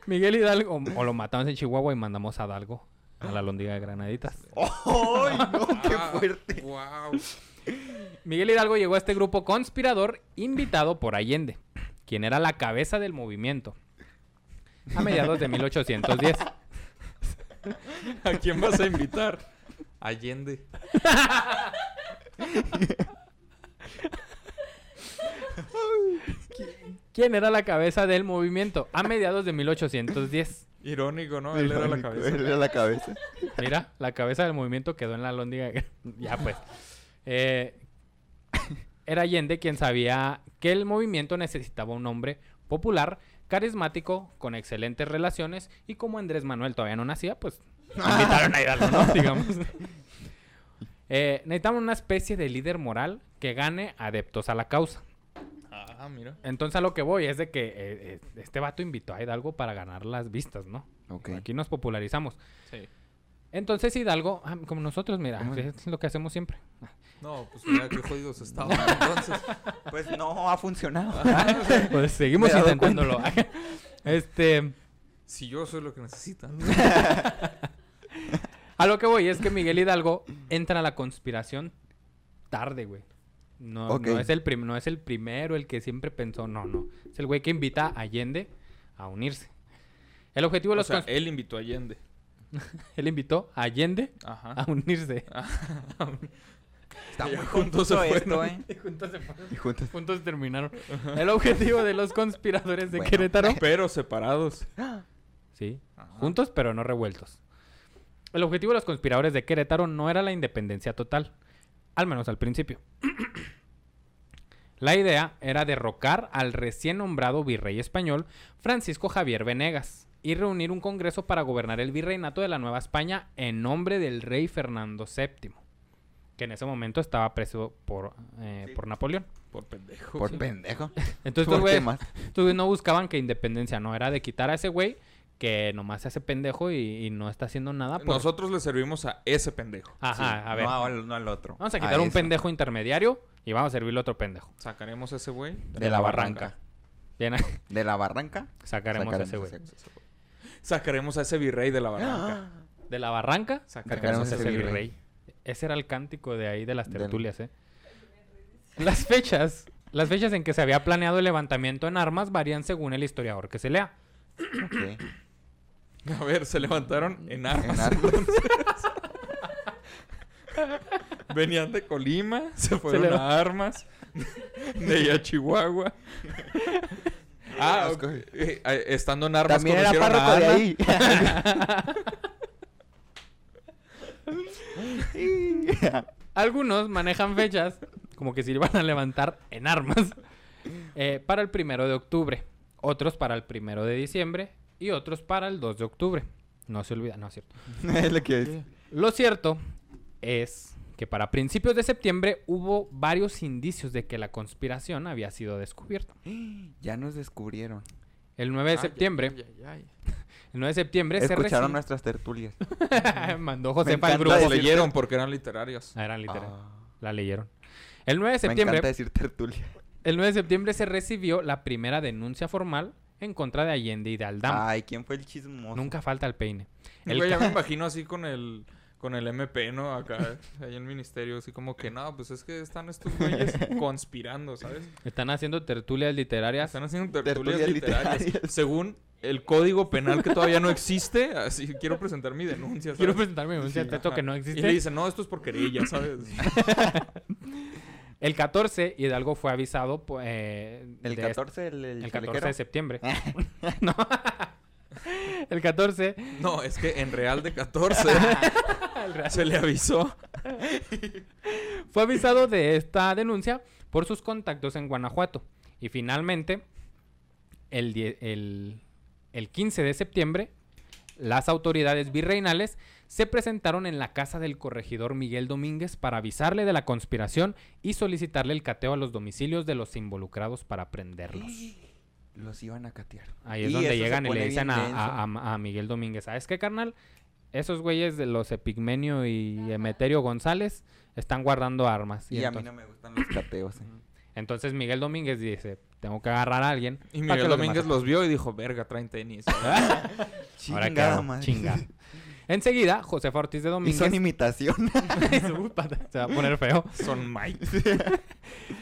Speaker 1: Miguel Hidalgo, o lo matamos en Chihuahua y mandamos a Hidalgo a la londiga de Granaditas.
Speaker 2: ¡Ay, no! ¡Qué
Speaker 4: Ah.
Speaker 2: fuerte!
Speaker 4: wow.
Speaker 1: Miguel Hidalgo llegó a este grupo conspirador invitado por Allende, quien era la cabeza del movimiento. A mediados de 1810.
Speaker 4: ¿A quién vas a invitar? Allende.
Speaker 1: ¿Quién era la cabeza del movimiento? A mediados de 1810.
Speaker 4: Irónico, ¿no? Él era la
Speaker 2: Irónico,
Speaker 4: cabeza.
Speaker 2: Él era la cabeza.
Speaker 1: Mira, la cabeza del movimiento quedó en la lóndiga. ya pues. Eh, era Allende quien sabía que el movimiento necesitaba un hombre popular, carismático, con excelentes relaciones y como Andrés Manuel todavía no nacía, pues invitaron a Hidalgo, ¿no? digamos. Eh, necesitaban una especie de líder moral que gane adeptos a la causa.
Speaker 4: Ah, mira.
Speaker 1: Entonces a lo que voy es de que eh, eh, este vato invitó a Hidalgo para ganar las vistas, ¿no?
Speaker 2: Ok.
Speaker 1: Aquí nos popularizamos.
Speaker 4: Sí.
Speaker 1: Entonces Hidalgo, ah, como nosotros, mira,
Speaker 2: ¿Cómo?
Speaker 1: es lo que hacemos siempre.
Speaker 4: No, pues mira qué jodidos estaban entonces.
Speaker 2: Pues no ha funcionado.
Speaker 1: Pues seguimos
Speaker 2: Me he dado
Speaker 1: intentándolo. este,
Speaker 4: Si yo soy lo que necesitan.
Speaker 1: a lo que voy es que Miguel Hidalgo entra a la conspiración tarde, güey. No,
Speaker 2: Ok.
Speaker 1: no, es el prim- no es el primero, el que siempre pensó, no, no. Es el güey que invita a Allende a unirse. El objetivo de
Speaker 4: O
Speaker 1: los
Speaker 4: sea,
Speaker 1: cons-
Speaker 4: él invitó a Allende.
Speaker 1: él invitó a Allende
Speaker 4: Ajá. Ah,
Speaker 1: a unirse.
Speaker 2: Está
Speaker 4: Ya
Speaker 2: muy
Speaker 4: juntos se
Speaker 2: confuso esto,
Speaker 4: fueron.
Speaker 2: ¿eh?
Speaker 1: Y juntos se fueron.
Speaker 2: Y juntos.
Speaker 1: Juntos terminaron. El objetivo de los conspiradores de
Speaker 2: Bueno.
Speaker 1: Querétaro.
Speaker 4: Pero separados.
Speaker 1: Sí,
Speaker 4: Ajá.
Speaker 1: juntos pero no revueltos. El objetivo de los conspiradores de Querétaro no era la independencia total, al menos al principio. la idea era derrocar al recién nombrado virrey español Francisco Javier Venegas y reunir un congreso para gobernar el virreinato de la Nueva España en nombre del rey Fernando VII, que en ese momento estaba preso por, eh, por Napoleón.
Speaker 4: Por pendejo.
Speaker 2: Por pendejo.
Speaker 1: Entonces, este
Speaker 2: ¿Por
Speaker 1: güey,
Speaker 2: qué más?
Speaker 1: entonces no buscaban que independencia, no, era de quitar a ese güey que nomás se hace pendejo y, y no está haciendo
Speaker 2: ah,
Speaker 1: nada. por-
Speaker 4: Nosotros le servimos a ese pendejo.
Speaker 1: Ajá,
Speaker 2: Sí,
Speaker 1: ah, a ver.
Speaker 2: No al, no al otro.
Speaker 1: Vamos a quitar un
Speaker 2: eso.
Speaker 1: pendejo intermediario y vamos a servirle otro pendejo.
Speaker 4: Sacaremos a ese güey.
Speaker 2: De la barranca.
Speaker 1: Bien,
Speaker 2: De la barranca.
Speaker 1: sacaremos, a ese
Speaker 2: sacaremos
Speaker 1: güey.
Speaker 2: a ese
Speaker 4: Sacaremos a ese virrey de la
Speaker 1: Ah.
Speaker 4: barranca.
Speaker 1: De la barranca sacaremos
Speaker 2: Sacaremos
Speaker 1: a ese virrey. Ese era el cántico de ahí de las tertulias, ¿eh? Las fechas, las fechas en que se había planeado el levantamiento en armas varían según el historiador que se lea.
Speaker 2: Ok.
Speaker 4: A ver, se levantaron en armas.
Speaker 2: Ah. En armas.
Speaker 4: Venían de Colima, se fueron
Speaker 1: le
Speaker 4: a armas, de ahí a Chihuahua. Ah, ok. Eh, eh, estando en armas
Speaker 2: También era
Speaker 4: conocieron a
Speaker 2: párroco de
Speaker 4: Ana.
Speaker 2: ahí.
Speaker 1: Algunos manejan fechas como que se iban a levantar en armas eh, para el primero de octubre, otros para el primero de diciembre y otros para el 2 de octubre. No se olvida, no es cierto.
Speaker 2: es lo que es.
Speaker 1: Lo cierto es que para principios de septiembre hubo varios indicios de que la conspiración había sido descubierta.
Speaker 2: Ya nos descubrieron.
Speaker 1: El 9 de
Speaker 4: Ay,
Speaker 1: septiembre,
Speaker 4: ay, ay, ay.
Speaker 1: el 9 de septiembre se
Speaker 2: Escucharon
Speaker 1: reci-
Speaker 2: nuestras tertulias.
Speaker 1: mandó Josefa
Speaker 2: encanta
Speaker 1: al grupo.
Speaker 4: Las
Speaker 2: decir-
Speaker 4: leyeron porque eran literarios.
Speaker 1: Ah, eran literal,
Speaker 2: Ah,
Speaker 1: la leyeron. El 9 de
Speaker 2: me encanta
Speaker 1: septiembre,
Speaker 2: decir tertulia.
Speaker 1: el 9 de septiembre se recibió la primera denuncia formal en contra de Allende y de Aldama.
Speaker 2: Ay, ¿quién fue el chismoso?
Speaker 1: Nunca falta el peine. El
Speaker 4: El Güey, ya me imagino así con el con el MP, ¿no? Acá, ahí en el ministerio, así como que no, pues es que están estos güeyes conspirando, ¿sabes?
Speaker 1: Están haciendo tertulias literarias.
Speaker 4: Están haciendo tertulias,
Speaker 2: Tertulias
Speaker 4: literarias.
Speaker 2: literarias.
Speaker 4: Según el código penal que todavía no existe, así quiero presentar mi denuncia. ¿sabes?
Speaker 1: Quiero presentarme un teto
Speaker 4: ajá.
Speaker 1: que no
Speaker 4: y
Speaker 1: existe.
Speaker 4: le dicen, no, esto es porquería, ¿sabes?
Speaker 1: El 14, Hidalgo fue avisado po- eh,
Speaker 2: El
Speaker 1: de
Speaker 2: 14, el,
Speaker 1: este-
Speaker 2: el
Speaker 1: el 14
Speaker 2: chalequero.
Speaker 1: de septiembre. No. El 14,
Speaker 4: No, es que en Real de 14 se le avisó.
Speaker 1: fue avisado de esta denuncia por sus contactos en Guanajuato. Y finalmente, el, die- el- el 15 de septiembre, las autoridades virreinales se presentaron en la casa del corregidor Miguel Domínguez para avisarle de la conspiración y solicitarle el cateo a los domicilios de los involucrados para prenderlos.
Speaker 2: Los iban a catear.
Speaker 1: Ahí es
Speaker 2: Y eso
Speaker 1: donde
Speaker 2: se
Speaker 1: llegan y
Speaker 2: pone
Speaker 1: le dicen
Speaker 2: bien
Speaker 1: a,
Speaker 2: denso.
Speaker 1: a- a- a Miguel Domínguez, ¿sabes qué, carnal? Esos güeyes de los Epigmenio y Emeterio González están guardando armas.
Speaker 2: Y, a mí
Speaker 1: entonces-
Speaker 2: no me gustan los cateos. eh.
Speaker 1: entonces Miguel Domínguez dice, tengo que agarrar a alguien. para que
Speaker 4: Y Miguel
Speaker 1: los
Speaker 4: Domínguez
Speaker 1: demás-
Speaker 4: los vio y dijo, verga, traen tenis.
Speaker 1: Ahora qué
Speaker 2: Chingada
Speaker 1: hago,
Speaker 2: madre.
Speaker 1: chinga. Enseguida, Josefa Ortiz de
Speaker 2: Y
Speaker 1: Domínguez.
Speaker 2: son imitaciones.
Speaker 1: Upa, Se va a poner feo.
Speaker 4: Son Mike.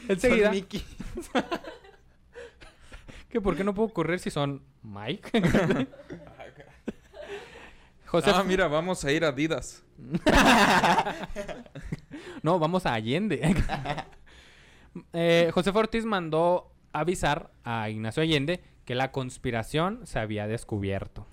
Speaker 1: Enseguida.
Speaker 2: Son Mickey.
Speaker 1: ¿Que por qué no puedo correr si son Mike? Josef-
Speaker 4: Ah, mira, vamos a ir a Adidas.
Speaker 1: No, vamos a Allende. Eh, José Ortiz mandó avisar a Ignacio Allende que la conspiración se había descubierto.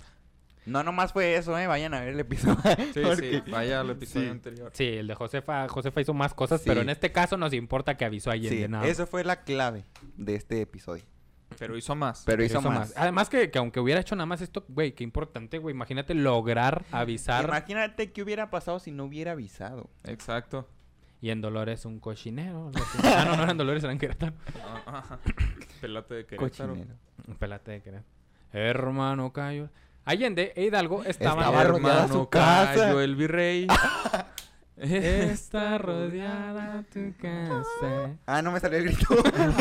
Speaker 2: No, nomás fue eso, eh. Vayan a ver el episodio.
Speaker 4: Sí,
Speaker 2: Porque-
Speaker 4: sí, vaya al episodio
Speaker 2: Sí.
Speaker 4: anterior.
Speaker 1: Sí, el de Josefa, Josefa hizo más cosas, pero
Speaker 2: Sí.
Speaker 1: en este caso nos importa que avisó a Allende.
Speaker 2: Sí,
Speaker 1: nada más.
Speaker 2: eso fue la clave de este episodio.
Speaker 4: Pero hizo más.
Speaker 2: Pero hizo,
Speaker 1: Hizo Ah,
Speaker 2: más.
Speaker 1: Además que, que aunque hubiera hecho nada más esto, güey, qué importante, güey. Imagínate lograr avisar.
Speaker 2: Imagínate qué hubiera pasado si no hubiera avisado.
Speaker 4: Exacto.
Speaker 1: Y en Dolores un cochinero. lo que- Ah, no, no eran Dolores, eran Querétaro.
Speaker 4: Ah, ajá. Pelate de Querétaro.
Speaker 2: Cochinero.
Speaker 1: Pelate de Querétaro. Hermano Cayo. Allende e Hidalgo estaban...
Speaker 2: Estaba rodeada
Speaker 4: Hermano
Speaker 2: su casa. Ah,
Speaker 4: Cayo, el virrey.
Speaker 1: Está rodeada tu casa.
Speaker 2: Ah, no me salió el grito.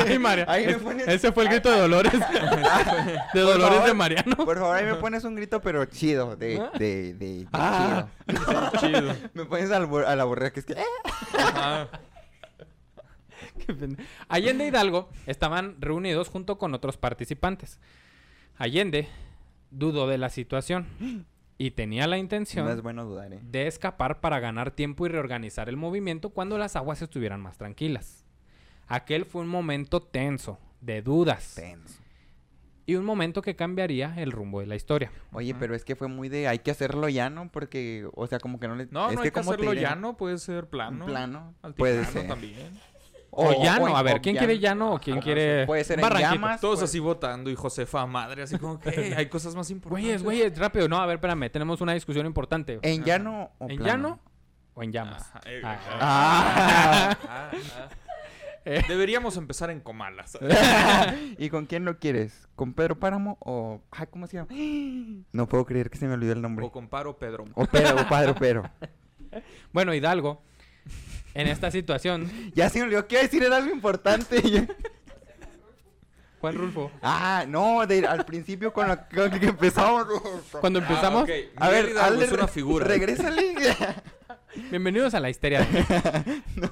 Speaker 1: Ay, María.
Speaker 2: Ahí me
Speaker 1: Es-
Speaker 2: pones-
Speaker 1: Ese fue el grito de Dolores. de
Speaker 2: Por
Speaker 1: Dolores de
Speaker 2: favor.
Speaker 1: Mariano.
Speaker 2: Por favor, ahí me pones un grito, pero chido. De, de, de, de
Speaker 1: Ah.
Speaker 2: chido.
Speaker 4: Chido.
Speaker 2: Me pones al bor- a la borrea que es que. ¡eh!
Speaker 4: Ajá.
Speaker 1: Qué pena. Allende y Hidalgo estaban reunidos junto con otros participantes. Allende dudó de la situación y tenía la
Speaker 2: No es
Speaker 1: intención
Speaker 2: bueno dudar, eh.
Speaker 1: de escapar para ganar tiempo y reorganizar el movimiento cuando las aguas estuvieran más tranquilas. Aquel fue un momento tenso, de dudas,
Speaker 2: Tenso.
Speaker 1: y un momento que cambiaría el rumbo de la historia.
Speaker 2: Oye,
Speaker 4: Ajá.
Speaker 2: pero es que fue muy de hay que hacerlo llano porque, o sea, como que no le.
Speaker 4: No,
Speaker 2: es
Speaker 4: no hay que
Speaker 2: ¿cómo te
Speaker 4: hacerlo
Speaker 2: diré?
Speaker 4: llano, puede ser plano.
Speaker 2: Un plano.
Speaker 4: Puede
Speaker 2: Puede ser.
Speaker 4: también.
Speaker 1: O, llano,
Speaker 2: o en-
Speaker 1: a ver,
Speaker 2: o
Speaker 1: ¿quién quiere
Speaker 2: llano.
Speaker 1: llano o quién
Speaker 2: Ajá,
Speaker 1: quiere
Speaker 2: Puede ser en
Speaker 1: barranquito?
Speaker 2: llamas.
Speaker 4: Todos
Speaker 2: puede-
Speaker 4: así votando y Josefa madre, así como que "Hey, hay cosas más
Speaker 1: Güeyes,
Speaker 4: importantes.
Speaker 1: güeyes, rápido. No, a ver, espérame, tenemos una discusión importante.
Speaker 2: ¿En llano o
Speaker 1: ¿En
Speaker 2: Eh, plano?
Speaker 1: llano o en llamas?
Speaker 4: Ajá, eh,
Speaker 1: Ah.
Speaker 4: ah, ah, ah.
Speaker 2: Eh.
Speaker 4: Deberíamos empezar en Comalas.
Speaker 2: ¿Y con quién lo quieres? ¿Con Pedro Páramo o. Ay, ¿cómo se llama? No puedo creer que se me olvidó el nombre.
Speaker 4: O comparo Pedro.
Speaker 2: O Pedro, o Padre Pedro.
Speaker 1: Bueno, Hidalgo, en esta situación,
Speaker 2: Ya se me olvidó que iba a decir era algo importante.
Speaker 1: Juan Rulfo,
Speaker 2: ah, no, de- al principio con lo con lo que empezamos.
Speaker 1: cuando empezamos,
Speaker 4: Ah, ok.
Speaker 2: A
Speaker 4: Miguel
Speaker 2: ver,
Speaker 4: Hidalgo
Speaker 2: hazle
Speaker 4: es una
Speaker 2: re-
Speaker 4: figura.
Speaker 2: Regrésale.
Speaker 1: bienvenidos a la histeria. de-
Speaker 2: no,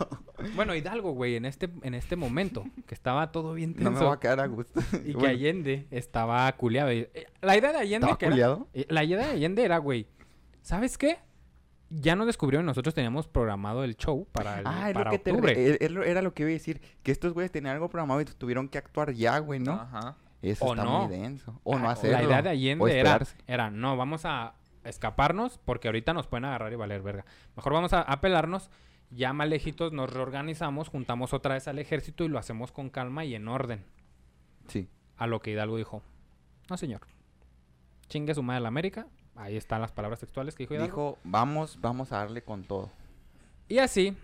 Speaker 1: Bueno, Hidalgo, güey, en este, en este momento, que estaba todo bien
Speaker 2: no
Speaker 1: tenso
Speaker 2: me va a quedar a gusto.
Speaker 1: y que
Speaker 2: Bueno,
Speaker 1: Allende estaba culeado. y- eh, La idea de Allende...
Speaker 2: ¿Estaba
Speaker 1: que era-
Speaker 2: culiado?
Speaker 1: eh, La idea de Allende era, güey, ¿sabes qué? Ya nos descubrieron, nosotros teníamos programado el show para, el-
Speaker 2: Ah, es
Speaker 1: para
Speaker 2: lo que te re-
Speaker 1: octubre.
Speaker 2: eh, es lo- era lo que iba a decir. Que estos güeyes tenían algo programado y tuvieron que actuar ya, güey, ¿no?
Speaker 4: Ajá.
Speaker 2: Eso
Speaker 1: Ah. O
Speaker 2: está
Speaker 1: no.
Speaker 2: muy denso. O no
Speaker 1: Ah,
Speaker 2: hacerlo.
Speaker 1: La idea de
Speaker 2: o
Speaker 1: Allende era,
Speaker 2: esperarse.
Speaker 1: era, no, vamos a escaparnos porque ahorita nos pueden agarrar y valer verga. Mejor vamos a apelarnos, ya más lejitos nos reorganizamos, juntamos otra vez al ejército y lo hacemos con calma y en orden.
Speaker 2: Sí.
Speaker 1: A lo que Hidalgo dijo, no señor, chingue su madre la América. Ahí están las palabras textuales que dijo Hidalgo.
Speaker 2: Dijo, vamos, vamos a darle con todo.
Speaker 1: Y así...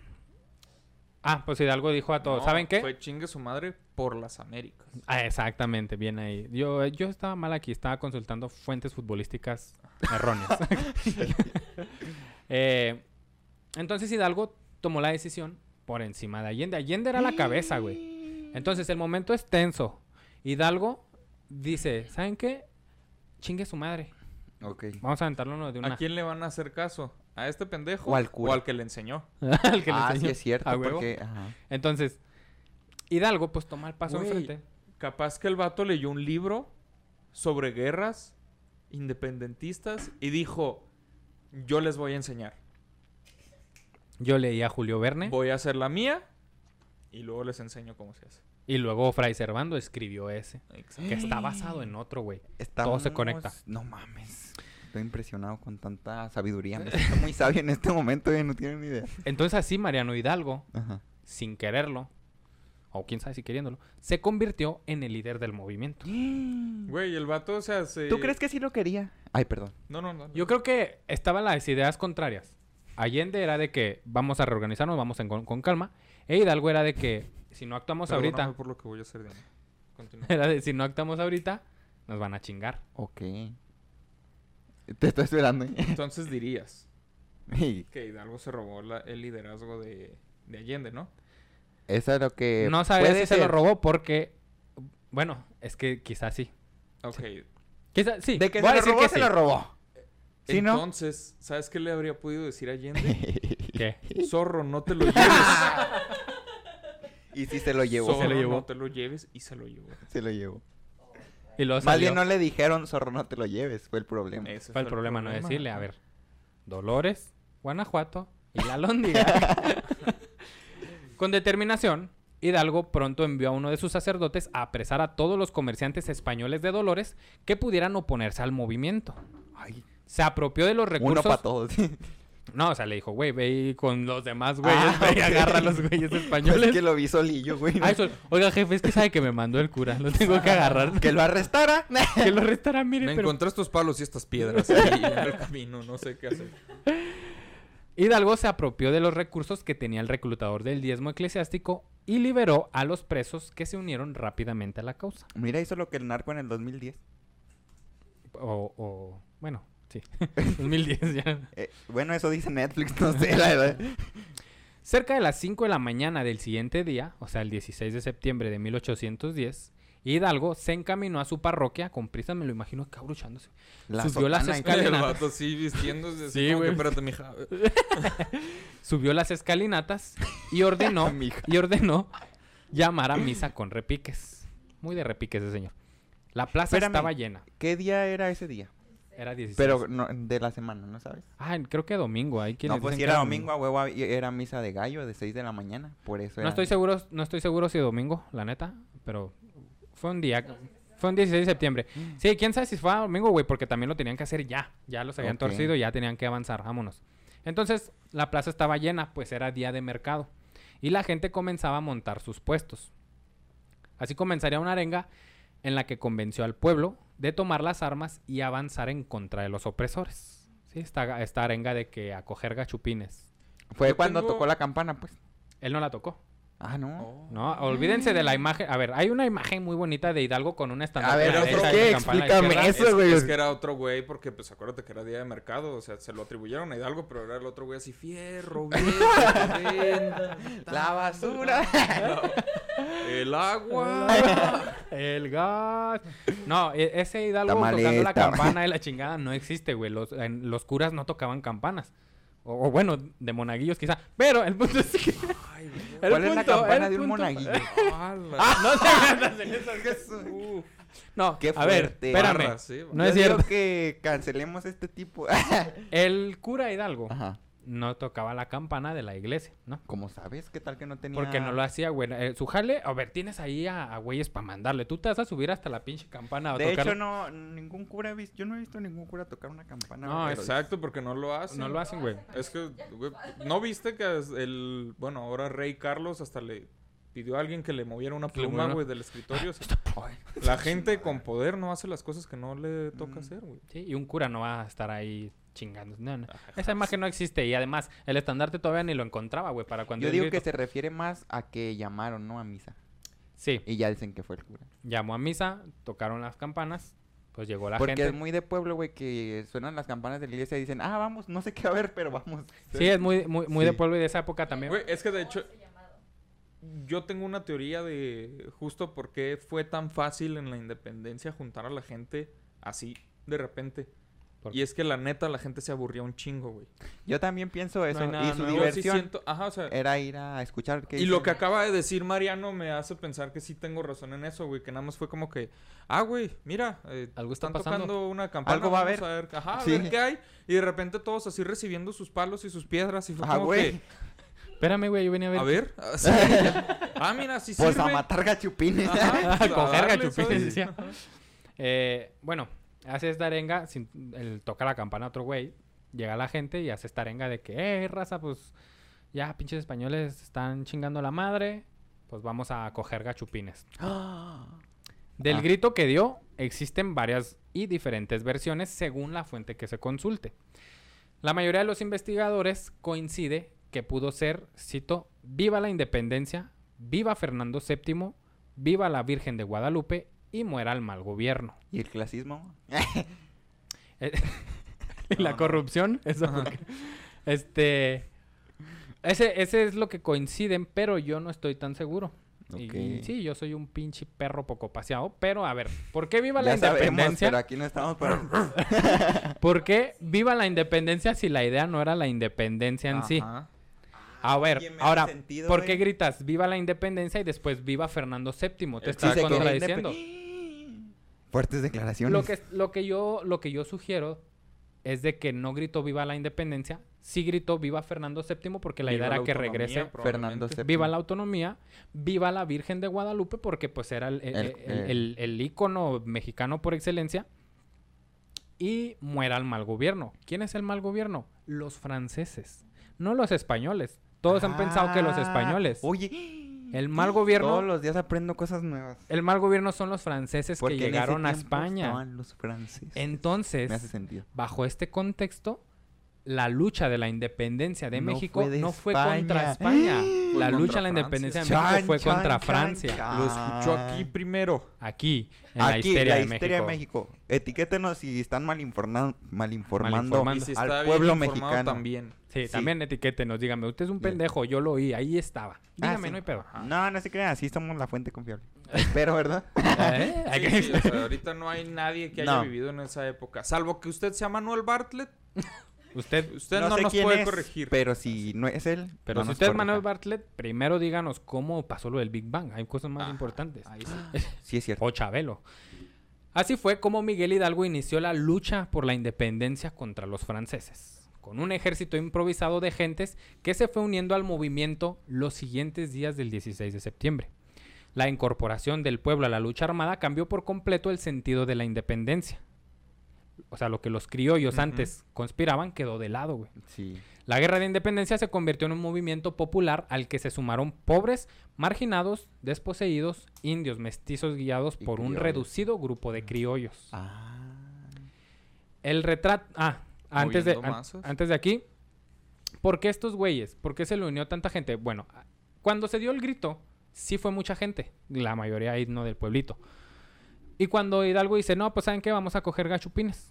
Speaker 1: Ah, pues Hidalgo dijo a todos,
Speaker 4: No,
Speaker 1: ¿saben qué?
Speaker 4: Fue chingue su madre por las Américas.
Speaker 1: Ah, exactamente, bien ahí. Yo, yo estaba mal aquí, estaba consultando fuentes futbolísticas erróneas. Eh, entonces Hidalgo tomó la decisión por encima de Allende. Allende era la cabeza, güey. Entonces el momento es tenso. Hidalgo dice, ¿saben qué? Chingue su madre.
Speaker 2: Ok.
Speaker 1: Vamos a aventarlo de una.
Speaker 4: ¿A quién le van a hacer caso? ¿A este pendejo?
Speaker 2: O al cura.
Speaker 4: O al que le enseñó.
Speaker 1: Al que le
Speaker 2: ah,
Speaker 1: enseñó.
Speaker 2: sí es cierto,
Speaker 1: A huevo.
Speaker 2: porque... Ajá.
Speaker 1: Entonces, Hidalgo, pues toma el paso
Speaker 4: Güey.
Speaker 1: enfrente.
Speaker 4: Capaz que el vato leyó un libro sobre guerras independentistas y dijo, yo les voy a enseñar.
Speaker 1: Yo leí a Julio Verne
Speaker 4: Voy a hacer la mía y luego les enseño cómo se hace.
Speaker 1: y luego Fray Servando escribió ese. Que está basado en otro, güey. Todo se conecta.
Speaker 2: Estamos- No mames. Estoy impresionado con tanta sabiduría. Me siento muy sabio en este momento, eh, no tienen ni idea.
Speaker 1: Entonces así Mariano Hidalgo,
Speaker 2: Ajá.
Speaker 1: sin quererlo, o quién sabe si queriéndolo, se convirtió en el líder del movimiento.
Speaker 4: Güey, el vato, o sea, se...
Speaker 2: ¿Tú crees que sí lo quería? Ay, perdón.
Speaker 4: No, no, no.
Speaker 1: Yo creo que estaban las ideas contrarias. Allende era de que vamos a reorganizarnos, vamos en- con, con calma. E Hidalgo era de que si no actuamos
Speaker 4: Perdóname
Speaker 1: ahorita,
Speaker 4: por lo que voy a hacer, Diana. Continúa.
Speaker 1: era de si no actuamos ahorita, nos van a chingar.
Speaker 2: Ok. Te estoy esperando. ¿eh?
Speaker 4: Entonces dirías
Speaker 2: Y
Speaker 4: que Hidalgo se robó la- el liderazgo de, de Allende, ¿no?
Speaker 2: Eso es lo que.
Speaker 1: no sabía
Speaker 2: Eh, puede
Speaker 1: si se lo
Speaker 2: ser.
Speaker 1: robó porque, bueno, es que quizás sí.
Speaker 4: Ok.
Speaker 1: Quizás sí.
Speaker 2: De que
Speaker 1: voy a
Speaker 2: se
Speaker 1: decir
Speaker 2: lo robó,
Speaker 1: que
Speaker 2: se
Speaker 1: sí.
Speaker 2: lo robó. ¿Sí, no?
Speaker 4: Entonces, ¿sabes qué le habría podido decir Allende?
Speaker 1: ¿Qué?
Speaker 4: Zorro, no te lo lleves.
Speaker 2: y sí se lo llevó.
Speaker 4: Zorro,
Speaker 1: Se lo llevó.
Speaker 4: no te lo lleves y se lo llevó.
Speaker 2: Se lo llevó.
Speaker 1: Y luego
Speaker 2: Más
Speaker 1: salió.
Speaker 2: bien no le dijeron, zorro, no te lo lleves. Fue el problema.
Speaker 4: Ese
Speaker 1: Fue el problema, no decirle, a
Speaker 4: ajá.
Speaker 1: ver, Dolores, Guanajuato y la Lóndiga. Con determinación, Hidalgo pronto envió a uno de sus sacerdotes a apresar a todos los comerciantes españoles de Dolores que pudieran oponerse al movimiento.
Speaker 2: Ay,
Speaker 1: Se apropió de los
Speaker 2: uno
Speaker 1: recursos.
Speaker 2: para todos. Pues
Speaker 1: no, o sea, le dijo, güey, ve y con los demás güeyes,
Speaker 2: Ah,
Speaker 1: ve y
Speaker 2: ok.
Speaker 1: agarra a los güeyes
Speaker 2: Pues
Speaker 1: españoles.
Speaker 2: es que lo vi solillo, güey.
Speaker 1: Ah, eso- Oiga, jefe, es que sabe que me mandó el cura. Lo tengo que agarrar.
Speaker 2: Que lo arrestara.
Speaker 1: que lo restara, mire,
Speaker 4: Me
Speaker 1: pero
Speaker 4: encontré estos palos y estas piedras ahí en el camino, no sé qué hacer.
Speaker 1: Hidalgo se apropió de los recursos que tenía el reclutador del diezmo eclesiástico y liberó a los presos que se unieron rápidamente a la causa.
Speaker 2: Mira, hizo lo que el narco en el 2010.
Speaker 1: O, o- bueno, sí, 2010 ya.
Speaker 2: Eh, bueno, eso dice Netflix, no sé, la verdad.
Speaker 1: Cerca de las 5 de la mañana del siguiente día, o sea, el 16 de septiembre de 1810, Hidalgo se encaminó a su parroquia, con prisa me lo imagino que abruchándose. Subió las
Speaker 2: sotana
Speaker 1: escaleras.
Speaker 2: y-
Speaker 4: El
Speaker 1: Calenando.
Speaker 4: vato sí vistiéndose así
Speaker 1: Sí,
Speaker 4: como que,
Speaker 1: güey.
Speaker 4: espérate, mija.
Speaker 1: Subió las escalinatas y ordenó,
Speaker 2: Mija.
Speaker 1: y ordenó llamar a misa con repiques. Muy de repiques ese señor. La plaza
Speaker 2: Espérame.
Speaker 1: estaba llena.
Speaker 2: ¿Qué día era ese día?
Speaker 1: Era 16.
Speaker 2: Pero no- de la semana, ¿no sabes?
Speaker 1: Ah, creo que domingo. Hay quienes
Speaker 2: No, pues
Speaker 1: dicen
Speaker 2: si
Speaker 1: que
Speaker 2: era domingo, a huevo, hab- era misa de gallo de 6 de la mañana. Por eso
Speaker 1: No
Speaker 2: era.
Speaker 1: estoy seguro, no estoy seguro si domingo, la neta, pero fue un día, fue un 16 de septiembre.
Speaker 2: Mm.
Speaker 1: Sí, quién sabe si fue domingo, güey, porque también lo tenían que hacer ya. Ya los habían
Speaker 2: Ok.
Speaker 1: torcido, ya tenían que avanzar, vámonos. Entonces, la plaza estaba llena, pues era día de mercado. Y la gente comenzaba a montar sus puestos. Así comenzaría una arenga en la que convenció al pueblo de tomar las armas y avanzar en contra de los opresores. Sí, esta, esta arenga de que acoger gachupines.
Speaker 2: Fue
Speaker 4: Yo
Speaker 2: cuando
Speaker 4: tengo-
Speaker 2: tocó la campana, pues.
Speaker 1: Él no la tocó.
Speaker 2: Ah, no.
Speaker 4: Oh.
Speaker 1: No, olvídense de la imagen. A ver, hay una imagen muy bonita de Hidalgo con una estandarte.
Speaker 2: A ver,
Speaker 1: de la
Speaker 4: otro
Speaker 1: derecha
Speaker 4: qué,
Speaker 1: y campana a la
Speaker 2: explícame
Speaker 1: izquierda.
Speaker 4: Es,
Speaker 2: Eso, güey.
Speaker 4: es que era otro güey, porque pues acuérdate que era día de mercado, o sea, se lo atribuyeron a Hidalgo, pero era el otro güey así, fierro, viejo, venda,
Speaker 2: La basura.
Speaker 4: el agua.
Speaker 1: El gas. No, e- ese Hidalgo
Speaker 2: Tamaleta.
Speaker 1: tocando la campana de la chingada no existe, güey. Los, en- los curas no tocaban campanas. O, o bueno, de monaguillos quizá. Pero el punto es que...
Speaker 4: Ay, güey.
Speaker 1: el
Speaker 2: ¿Cuál es la
Speaker 1: punto-
Speaker 2: campana
Speaker 1: el
Speaker 2: de un
Speaker 1: punto-
Speaker 2: monaguillo?
Speaker 4: Ala.
Speaker 1: No te metas en esas cosas. No,
Speaker 2: Qué
Speaker 1: a ver,
Speaker 2: fuerte.
Speaker 1: espérame.
Speaker 4: Barra, sí,
Speaker 1: No
Speaker 2: Yo
Speaker 1: es
Speaker 2: digo
Speaker 1: cierto.
Speaker 2: que cancelemos este tipo.
Speaker 1: El cura Hidalgo
Speaker 2: Ajá.
Speaker 1: no tocaba la campana de la iglesia, ¿no?
Speaker 2: Como sabes, ¿qué tal que no tenía?
Speaker 1: Porque no lo hacía, güey. Eh, su jale, a ver, tienes ahí a, a güeyes para mandarle. Tú te vas a subir hasta la pinche campana a
Speaker 2: De
Speaker 1: tocar.
Speaker 2: hecho, no, ningún cura he visto. Yo no he visto ningún cura tocar una campana.
Speaker 1: No,
Speaker 2: pero-
Speaker 4: Exacto, porque no lo hacen.
Speaker 1: no lo hacen, güey.
Speaker 4: Es que, güey, ¿no viste que es el, bueno, ahora Rey Carlos hasta le pidió a alguien que le moviera una
Speaker 1: Que le
Speaker 4: pluma,
Speaker 1: moviera- Ah,
Speaker 4: güey, del escritorio? O sea,
Speaker 1: eh.
Speaker 4: la gente con poder no hace las cosas que no
Speaker 1: Mm.
Speaker 4: le toca hacer, güey.
Speaker 1: Sí, y un cura no va a estar ahí chingando. No, no.
Speaker 2: Ah,
Speaker 1: Esa imagen no existe. Y además, el estandarte todavía ni lo encontraba, güey, para cuando.
Speaker 2: Yo
Speaker 1: él
Speaker 2: digo que
Speaker 1: gritó.
Speaker 2: se refiere más a que llamaron, no a misa.
Speaker 1: Sí,
Speaker 2: Y ya dicen que fue el cura.
Speaker 1: llamó a misa, tocaron las campanas, pues llegó la
Speaker 2: Porque es
Speaker 1: gente.
Speaker 2: muy de pueblo, güey, que suenan las campanas de la iglesia y dicen, ah, vamos, no sé qué va a ver, pero vamos.
Speaker 1: Sí, es muy, muy, muy de
Speaker 2: Sí.
Speaker 1: pueblo y de esa época también.
Speaker 4: Güey, es que de hecho,
Speaker 5: Llamado.
Speaker 4: yo tengo una teoría de justo por qué fue tan fácil en la independencia juntar a la gente así de repente.
Speaker 1: ¿Por
Speaker 4: Y es que la neta la gente se aburría un chingo, güey.
Speaker 2: Yo también pienso eso.
Speaker 1: hay nada
Speaker 2: y su
Speaker 1: nuevo.
Speaker 4: Yo sí
Speaker 2: diversión
Speaker 4: siento, ajá, o sea,
Speaker 2: era ir a escuchar.
Speaker 4: y lo
Speaker 2: dicen.
Speaker 4: que acaba de decir Mariano me hace pensar que sí tengo razón en eso, güey, que nada más fue como que, ah, güey, mira, eh,
Speaker 1: Algo está
Speaker 4: están
Speaker 1: pasando.
Speaker 4: tocando una campana,
Speaker 2: Algo va a
Speaker 4: vamos
Speaker 2: haber.
Speaker 4: ver, ajá, a
Speaker 2: Sí.
Speaker 4: ver qué hay, y de repente todos así recibiendo sus palos y sus piedras y fue
Speaker 2: Ah,
Speaker 4: como
Speaker 2: güey.
Speaker 4: que,
Speaker 1: Espérame, güey, yo venía a ver.
Speaker 4: a ver, así, ah, mira, sí
Speaker 2: Pues a
Speaker 4: sirve.
Speaker 2: matar gachupines.
Speaker 4: Ajá, pues,
Speaker 1: Con jerga
Speaker 4: darle,
Speaker 1: chupines,
Speaker 4: ¿sabes?
Speaker 1: decía.
Speaker 4: Ajá.
Speaker 1: Eh, bueno, hace esta arenga, sin, el, toca la campana a otro güey, llega la gente y hace esta arenga de que, eh, raza, pues ya pinches españoles están chingando la madre, pues vamos a coger gachupines. Del
Speaker 2: Ah.
Speaker 1: grito que dio, existen varias y diferentes versiones según la fuente que se consulte. La mayoría de los investigadores coincide que pudo ser, cito, viva la independencia, viva Fernando VII, viva la Virgen de Guadalupe y muera el mal gobierno.
Speaker 2: ¿Y el clasismo?
Speaker 1: Eh, y la corrupción, eso porque- Este. Ese, ese es lo que coinciden, pero yo no estoy tan seguro. Y- Y,
Speaker 2: Ok.
Speaker 1: sí, yo soy un pinche perro poco paseado, pero a ver, ¿por qué viva la
Speaker 2: Ya sabemos,
Speaker 1: independencia?
Speaker 2: pero aquí no estamos para...
Speaker 1: ¿Por qué viva la independencia si la idea no era la independencia en sí?
Speaker 4: Ajá.
Speaker 1: A ver,
Speaker 2: tiene menos
Speaker 1: ahora,
Speaker 2: sentido,
Speaker 4: eh.
Speaker 1: ¿por qué
Speaker 2: güey.
Speaker 1: gritas viva la independencia y después viva Fernando VII? Te
Speaker 4: Exacto.
Speaker 1: estás
Speaker 4: Sí, se quedó
Speaker 1: contradiciendo.
Speaker 2: Fuertes declaraciones.
Speaker 1: Lo que, lo, que yo, lo que yo sugiero es de que no gritó viva la independencia, sí gritó viva Fernando VII porque la
Speaker 4: Viva
Speaker 1: idea era que
Speaker 4: autonomía,
Speaker 1: regrese
Speaker 2: Fernando
Speaker 4: probablemente.
Speaker 2: VII.
Speaker 1: viva la autonomía, viva la Virgen de Guadalupe porque pues era el, el-
Speaker 2: El-
Speaker 1: el- el- el ícono mexicano por excelencia y muera el mal gobierno. ¿Quién es el mal gobierno? Los franceses, no los españoles. Todos han pensado que los
Speaker 2: Ah,
Speaker 1: españoles.
Speaker 2: Oye.
Speaker 1: El mal gobierno-
Speaker 2: Todos los días aprendo cosas nuevas.
Speaker 1: El mal gobierno son los franceses que
Speaker 2: Porque en ese
Speaker 1: llegaron a
Speaker 2: tiempo
Speaker 1: España.
Speaker 2: estaban los franceses. Me hace
Speaker 1: Entonces,
Speaker 2: sentido.
Speaker 1: bajo este contexto, la lucha de la independencia de
Speaker 2: No
Speaker 1: México
Speaker 2: fue de
Speaker 1: no fue
Speaker 2: España.
Speaker 1: contra España.
Speaker 2: Fue
Speaker 1: La
Speaker 4: contra
Speaker 1: lucha de la
Speaker 4: Francia.
Speaker 1: independencia de México
Speaker 2: Chan,
Speaker 1: fue
Speaker 2: chan,
Speaker 1: contra
Speaker 2: chan,
Speaker 1: Francia.
Speaker 2: chan.
Speaker 4: Lo escuchó
Speaker 2: Ah.
Speaker 4: aquí primero.
Speaker 1: Aquí, en la
Speaker 2: Aquí,
Speaker 1: histeria, de,
Speaker 2: histeria
Speaker 1: México.
Speaker 2: Etiquétenos si están malinforma-
Speaker 1: Malinformando.
Speaker 2: malinformando
Speaker 4: Y
Speaker 1: Mando
Speaker 4: si
Speaker 2: al
Speaker 4: está bien
Speaker 2: pueblo
Speaker 4: informado
Speaker 2: mexicano.
Speaker 4: también.
Speaker 1: Sí,
Speaker 2: Sí.
Speaker 1: también etiquétenos, dígame, usted es un
Speaker 2: Ya.
Speaker 1: pendejo, yo lo oí, ahí estaba.
Speaker 2: Ah,
Speaker 1: Dígame,
Speaker 2: sí.
Speaker 1: no hay pedo.
Speaker 2: No, no se crean, así somos la fuente confiable. Espero, ¿verdad?
Speaker 1: ¿Eh? Hay
Speaker 4: Sí,
Speaker 1: que-
Speaker 4: sí, o sea, ahorita no hay nadie que haya
Speaker 2: No.
Speaker 4: vivido en esa época. Salvo que usted sea Manuel Bartlett.
Speaker 1: Usted,
Speaker 4: Usted no, nos puede corregir.
Speaker 2: Pero si no es él.
Speaker 1: pero
Speaker 2: no
Speaker 1: si
Speaker 2: nos
Speaker 1: usted es
Speaker 2: corrija.
Speaker 1: Manuel Bartlett, primero díganos cómo pasó lo del Big Bang, hay cosas más
Speaker 4: Ah,
Speaker 1: importantes.
Speaker 4: ahí sí.
Speaker 2: Sí, es cierto.
Speaker 1: O Chabelo. Así fue como Miguel Hidalgo inició la lucha por la independencia contra los franceses, con un ejército improvisado de gentes que se fue uniendo al movimiento los siguientes días del 16 de septiembre. La incorporación del pueblo a la lucha armada cambió por completo el sentido de la independencia. O sea, lo que los criollos
Speaker 4: Ujú.
Speaker 1: antes conspiraban quedó de lado, güey.
Speaker 2: Sí.
Speaker 1: La guerra de independencia se convirtió en un movimiento popular al que se sumaron pobres, marginados, desposeídos, indios mestizos guiados
Speaker 2: Y
Speaker 1: por un
Speaker 2: criollos.
Speaker 1: reducido grupo de criollos.
Speaker 2: Ah.
Speaker 1: El retrato... Ah, antes de,
Speaker 4: Moviendo
Speaker 1: an-
Speaker 4: masas.
Speaker 1: antes de aquí. ¿Por qué estos güeyes? ¿Por qué se le unió tanta gente? Bueno, a- cuando se dio el grito, sí fue mucha gente. La mayoría no del pueblito. Y cuando Hidalgo dice, no, pues ¿saben qué? Vamos a coger gachupines.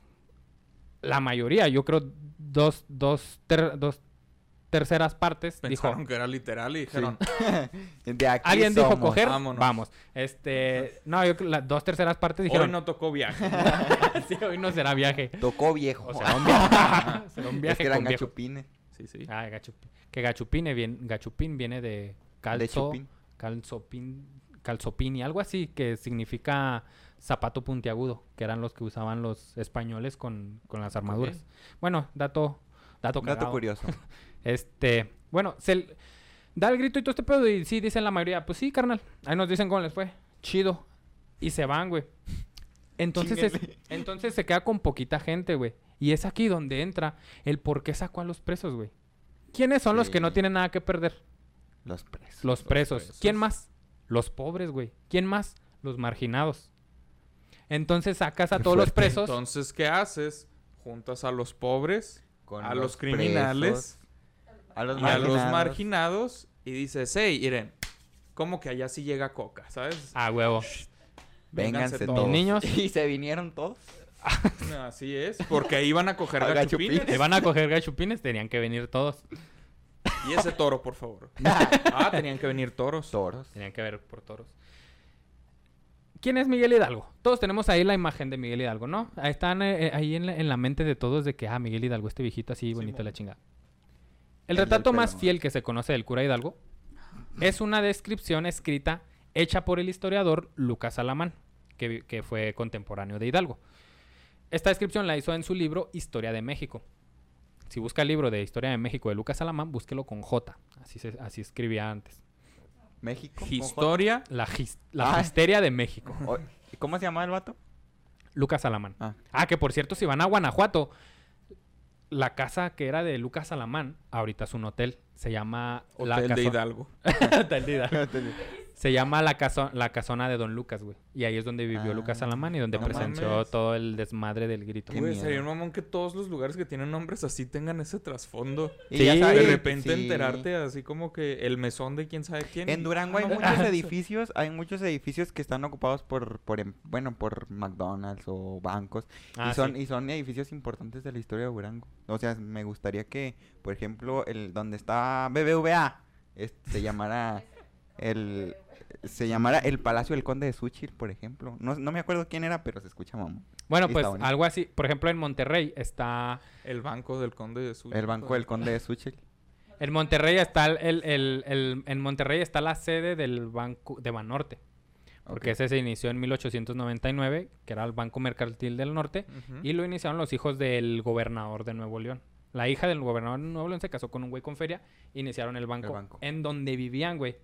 Speaker 1: La mayoría, yo creo dos, dos, ter- dos terceras partes,
Speaker 4: Pensaron
Speaker 1: dijo...
Speaker 4: que era literal y dijeron,
Speaker 2: De aquí
Speaker 1: Alguien dijo
Speaker 2: somos.
Speaker 1: coger,
Speaker 4: vámonos".
Speaker 1: vamos. Este, no, yo creo las dos terceras partes
Speaker 4: hoy
Speaker 1: dijeron,
Speaker 4: no tocó viaje.
Speaker 1: "Sí, hoy no será viaje.
Speaker 2: Tocó viejo.
Speaker 1: O
Speaker 2: Este
Speaker 1: será un viaje, será un
Speaker 2: es
Speaker 1: viaje
Speaker 2: que eran
Speaker 1: con viejo.
Speaker 2: gachupines.
Speaker 4: Sí, sí.
Speaker 1: Ah, gachupi- Que gachupine bien, gachupín viene de
Speaker 2: De
Speaker 1: calzo,
Speaker 2: chupín.
Speaker 1: calzopín, calzopín y algo así que significa zapato puntiagudo, que eran los que usaban los españoles con, con las armaduras. Bueno, dato, dato,
Speaker 2: Dato
Speaker 1: cagado.
Speaker 2: curioso.
Speaker 1: Este, bueno, se l- da el grito y todo este pedo y sí dicen la mayoría, pues sí, carnal. Ahí nos dicen cómo les fue. Chido. Y se van, güey. Entonces, es-
Speaker 2: Chíngale.
Speaker 1: entonces se queda con poquita gente, güey. Y es aquí donde entra el por qué sacó a los presos, güey. ¿Quiénes son los que no
Speaker 2: Sí.
Speaker 1: tienen nada que perder?
Speaker 2: Los presos.
Speaker 1: Los presos.
Speaker 4: presos.
Speaker 1: ¿Quién más? Los pobres, güey. ¿Quién más? Los marginados. Entonces sacas a
Speaker 2: Qué
Speaker 1: todos los
Speaker 2: fuerte.
Speaker 1: presos.
Speaker 4: Entonces, ¿qué haces? Juntas a los pobres,
Speaker 2: Con
Speaker 4: a los criminales
Speaker 2: presos, A los
Speaker 4: y a los
Speaker 2: marginados.
Speaker 4: marginados y dices, hey, Iren, ¿cómo que allá sí llega coca? ¿Sabes?
Speaker 1: Ah, huevo.
Speaker 2: Vénganse
Speaker 4: Vénganse
Speaker 2: todos.
Speaker 4: todos.
Speaker 1: Niños.
Speaker 2: Y se vinieron todos.
Speaker 4: Así es, porque ahí van a coger
Speaker 2: A
Speaker 4: gachupines.
Speaker 2: gachupines.
Speaker 1: Te van a coger gachupines, tenían que venir todos.
Speaker 4: Y ese toro, por favor. ah, tenían que venir toros.
Speaker 2: Toros.
Speaker 1: Tenían que ver por toros. ¿Quién es Miguel Hidalgo? Todos tenemos ahí la imagen de Miguel Hidalgo, ¿no? Ahí Están eh, ahí en la, en la mente de todos de que, ah, Miguel Hidalgo, este viejito así, bonito la chingada. El
Speaker 2: El del
Speaker 1: retrato más
Speaker 2: pelo.
Speaker 1: fiel que se conoce del cura Hidalgo es una descripción escrita hecha por el historiador Lucas Alamán, que, vi- que fue contemporáneo de Hidalgo. Esta descripción la hizo en su libro Historia de México. Si busca el libro de Historia de México de Lucas Alamán, búsquelo con J. Así, se, así escribía antes.
Speaker 2: México. con J.
Speaker 4: Historia.
Speaker 1: La, his- la
Speaker 2: Ah.
Speaker 1: histeria de México.
Speaker 2: O- ¿Cómo se llama el vato?
Speaker 1: Lucas Alamán. Ah.
Speaker 2: Ah.
Speaker 1: que por cierto, si van a Guanajuato, la casa que era de Lucas Alamán, ahorita es un hotel. Se llama la
Speaker 4: Hotel de
Speaker 1: Caso-
Speaker 4: Hidalgo.
Speaker 1: Hotel de Hidalgo. Se llama la, Caso- la casona de Don Lucas, güey. Y ahí es donde vivió
Speaker 2: Ah,
Speaker 1: Lucas Alamán y donde
Speaker 2: no
Speaker 1: presenció
Speaker 4: mames.
Speaker 1: todo el desmadre del grito.
Speaker 2: Qué
Speaker 4: Güey,
Speaker 2: miedo.
Speaker 4: sería un mamón que todos los lugares que tienen nombres así tengan ese trasfondo.
Speaker 2: Y
Speaker 1: Sí,
Speaker 2: ya
Speaker 4: de
Speaker 2: sabes,
Speaker 4: repente
Speaker 2: sí.
Speaker 4: enterarte así como que el mesón de quién sabe quién.
Speaker 2: En Durango hay
Speaker 4: Ah, no,
Speaker 2: muchos
Speaker 4: mames.
Speaker 2: edificios, hay muchos edificios que están ocupados por, por em- bueno, por McDonald's o bancos.
Speaker 1: Ah,
Speaker 2: y, son,
Speaker 1: sí.
Speaker 2: y son edificios importantes de la historia de Durango. O sea, me gustaría que, por ejemplo, el donde está BBVA, es- se llamara el se llamara el Palacio del Conde de Suchil, por ejemplo. No, no me acuerdo quién era, pero se escucha mamón.
Speaker 1: Bueno,
Speaker 2: y
Speaker 1: pues
Speaker 2: está bonito.
Speaker 1: algo así. Por ejemplo, en Monterrey está...
Speaker 4: El banco del conde de su.
Speaker 2: El Banco del Conde de Suchil.
Speaker 1: En Monterrey está el, el- el- el- en Monterrey está la sede del Banco de Banorte. Porque
Speaker 2: Ok.
Speaker 1: ese se inició en 1899, que era el Banco Mercantil del Norte.
Speaker 4: Ujú.
Speaker 1: Y lo iniciaron los hijos del gobernador de Nuevo León. La hija del gobernador de Nuevo León se casó con un güey con feria. Iniciaron el banco,
Speaker 2: El banco.
Speaker 1: en donde vivían, güey.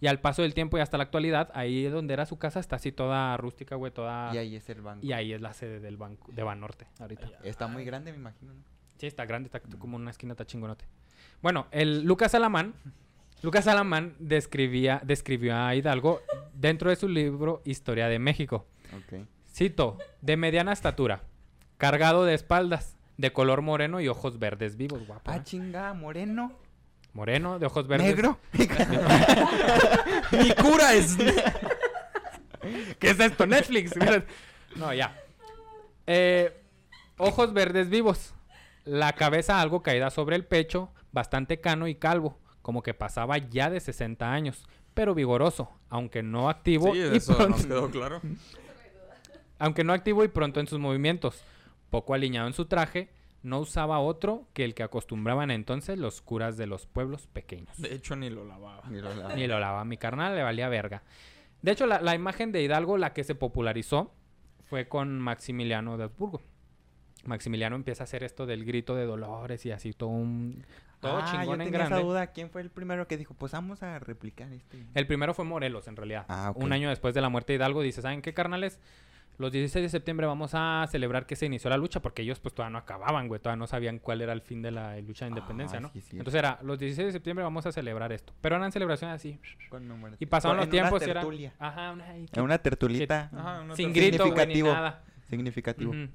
Speaker 1: Y al paso del tiempo y hasta la actualidad, ahí donde era su casa está así toda rústica, güey, toda...
Speaker 2: Y ahí es el banco.
Speaker 1: Y ahí es la sede del banco, de Banorte, ahorita.
Speaker 2: Está muy grande, me imagino. ¿no?
Speaker 1: Sí, está grande, está
Speaker 2: Mm.
Speaker 1: como una esquina, está chingonote. Bueno, el Lucas Alamán, Lucas Alamán describía, describió a Hidalgo dentro de su libro Historia de México.
Speaker 2: Ok.
Speaker 1: Cito, de mediana estatura, cargado de espaldas, de color moreno y ojos verdes vivos, guapo. ¿eh?
Speaker 2: Ah, chinga, moreno.
Speaker 1: Moreno, de ojos verdes.
Speaker 2: Negro.
Speaker 4: Mi cura es.
Speaker 1: ¿Qué es esto? Netflix. Mira. No, ya. Eh, ojos verdes vivos. La cabeza algo caída sobre el pecho, bastante cano y calvo, como que pasaba ya de 60 años, pero vigoroso, aunque no activo
Speaker 4: Sí,
Speaker 1: y
Speaker 4: eso nos
Speaker 1: pronto-
Speaker 4: quedó claro.
Speaker 1: aunque no activo y pronto en sus movimientos. Poco alineado en su traje, no usaba otro que el que acostumbraban entonces los curas de los pueblos pequeños.
Speaker 4: De hecho, ni lo lavaba.
Speaker 2: Ni lo lavo.
Speaker 1: Ni lo lavaba mi carnal, le valía verga. De hecho, la, la imagen de Hidalgo, la que se popularizó, fue con Maximiliano de Habsburgo. Maximiliano empieza a hacer esto del grito de dolores y así todo un... Todo
Speaker 2: Ah, yo
Speaker 1: chingón en
Speaker 2: tenía
Speaker 1: grande.
Speaker 2: esa duda. ¿Quién fue el primero que dijo, pues vamos a replicar este?
Speaker 1: El primero fue Morelos, en realidad.
Speaker 2: Ah, ok.
Speaker 1: Un año después de la muerte de Hidalgo, dice, ¿saben qué, carnales? Los 16 de septiembre vamos a celebrar que se inició la lucha, porque ellos pues todavía no acababan, güey, todavía no sabían cuál era el fin de la lucha de independencia,
Speaker 2: Ah,
Speaker 1: ¿no?
Speaker 2: sí, cierto.
Speaker 1: Entonces era, los 16 de septiembre vamos a celebrar esto. Pero eran celebraciones así.
Speaker 2: Conmemorativo.
Speaker 1: Y pasaban los
Speaker 2: Con- en
Speaker 1: tiempos y
Speaker 2: Una
Speaker 1: era...
Speaker 2: tertulia.
Speaker 1: Ajá, una ahí
Speaker 2: En una tertulita.
Speaker 4: Ajá, una
Speaker 1: sin grito,
Speaker 4: tercera-
Speaker 1: güey, ni
Speaker 2: Significativo.
Speaker 1: nada.
Speaker 2: Significativo.
Speaker 1: Ujú.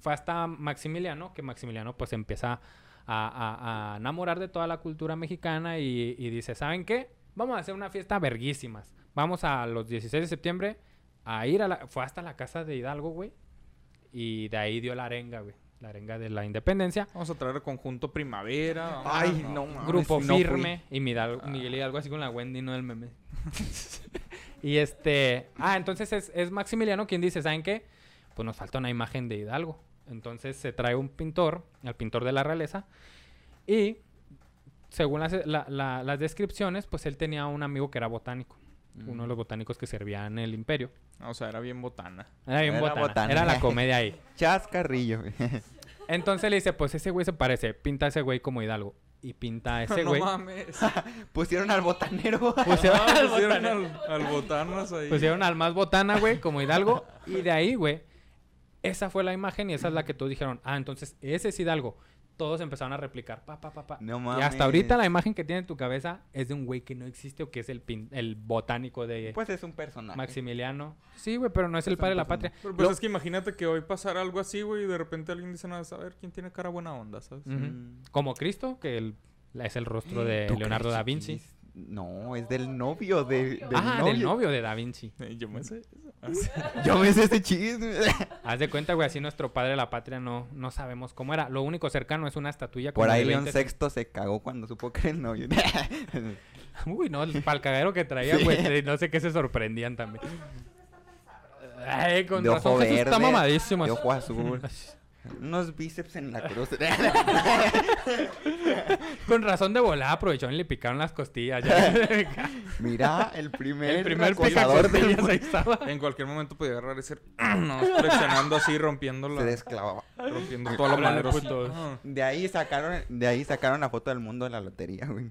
Speaker 1: Fue hasta Maximiliano, que Maximiliano pues empieza a, a- a enamorar de toda la cultura mexicana y, y dice, ¿saben qué? Vamos a hacer una fiesta verguísimas. Vamos a los 16 de septiembre a ir a la... Fue hasta la casa de Hidalgo, güey. Y de ahí dio la arenga, güey. La arenga de la independencia.
Speaker 4: Vamos a traer conjunto primavera. vamos a-
Speaker 2: Ay, no mames.
Speaker 1: Grupo
Speaker 2: no fui. Ah.
Speaker 1: firme y Midal- Miguel Hidalgo así con la Wendy, no el meme. y este... Ah, entonces es, es Maximiliano quien dice, ¿saben qué? Pues nos falta una imagen de Hidalgo. Entonces se trae un pintor, al pintor de la realeza, y según las, la- la- las descripciones, pues él tenía un amigo que era botánico.
Speaker 2: Mm.
Speaker 1: Uno de los botánicos que servía en el imperio.
Speaker 4: O sea, era bien botana.
Speaker 1: Era bien
Speaker 2: Era
Speaker 1: botana,
Speaker 2: botana.
Speaker 1: Era la comedia ahí.
Speaker 2: Chascarrillo.
Speaker 1: Entonces le dice, pues ese güey se parece. Pinta a ese güey como Hidalgo. Y pinta a ese
Speaker 4: no
Speaker 1: güey.
Speaker 4: mames.
Speaker 2: Pusieron al botanero.
Speaker 1: Pusieron
Speaker 4: Ah,
Speaker 1: al Pues
Speaker 4: pusieron
Speaker 1: botanero.
Speaker 4: al, al botanas ahí.
Speaker 1: Pusieron al más botana, güey, como Hidalgo. Y de ahí, güey, esa fue la imagen y esa es la que todos dijeron. Ah, entonces ese es Hidalgo. Todos empezaron a replicar. Pa, pa, pa, pa.
Speaker 2: No
Speaker 1: Y hasta ahorita
Speaker 2: mames.
Speaker 1: la imagen que tiene en tu cabeza es de un güey que no existe o que es el, pin- el botánico de
Speaker 2: Pues es un personaje.
Speaker 1: Maximiliano. Sí, güey, pero no es el
Speaker 2: Es un
Speaker 1: padre de la patria.
Speaker 2: personaje.
Speaker 4: Pero pues
Speaker 1: Lo-
Speaker 4: es que imagínate que hoy pasara algo así, güey, y de repente alguien dice, no, a ver, ¿quién
Speaker 1: Mm.
Speaker 4: tiene
Speaker 2: Mm.
Speaker 4: cara buena onda, sabes?
Speaker 1: Ujú. Como Cristo, que el- la- es el rostro de
Speaker 2: ¿Tú
Speaker 1: Leonardo
Speaker 2: crees,
Speaker 1: da Vinci.
Speaker 2: chiquis? No, es del novio de. Del
Speaker 1: ah, del novio de Da Vinci.
Speaker 4: Yo me sé eso. Así.
Speaker 2: Yo me sé ese chisme.
Speaker 1: Haz de cuenta, güey, así nuestro padre de la patria no, no sabemos cómo era. Lo único cercano es una estatuilla. como
Speaker 2: Por ahí
Speaker 1: de
Speaker 2: León
Speaker 1: 20
Speaker 2: Sexto se cagó cuando supo que era el novio.
Speaker 1: Uy, no, el palcagadero que traía,
Speaker 2: Sí.
Speaker 1: güey. No sé qué se sorprendían también. Ay, con
Speaker 2: De
Speaker 1: razón,
Speaker 2: ojo
Speaker 1: Jesús está
Speaker 2: verde,
Speaker 1: mamadísimo.
Speaker 2: de
Speaker 1: así.
Speaker 2: ojo azul. Unos bíceps en la cruz.
Speaker 1: Con razón de volada aprovechó y le picaron las costillas. ya.
Speaker 2: Mira, el primer,
Speaker 1: el primer
Speaker 2: acosador del
Speaker 1: picacostillas
Speaker 2: mundo.
Speaker 1: ahí estaba.
Speaker 4: En cualquier momento podía agarrar y ser. No, flexionando así, rompiendo
Speaker 2: Se
Speaker 4: la.
Speaker 2: desclavaba.
Speaker 4: Rompiendo toda la
Speaker 1: Órale,
Speaker 4: madera. así.
Speaker 1: putos.
Speaker 4: Ah.
Speaker 2: De ahí sacaron, de ahí sacaron la foto del mundo de la lotería, güey.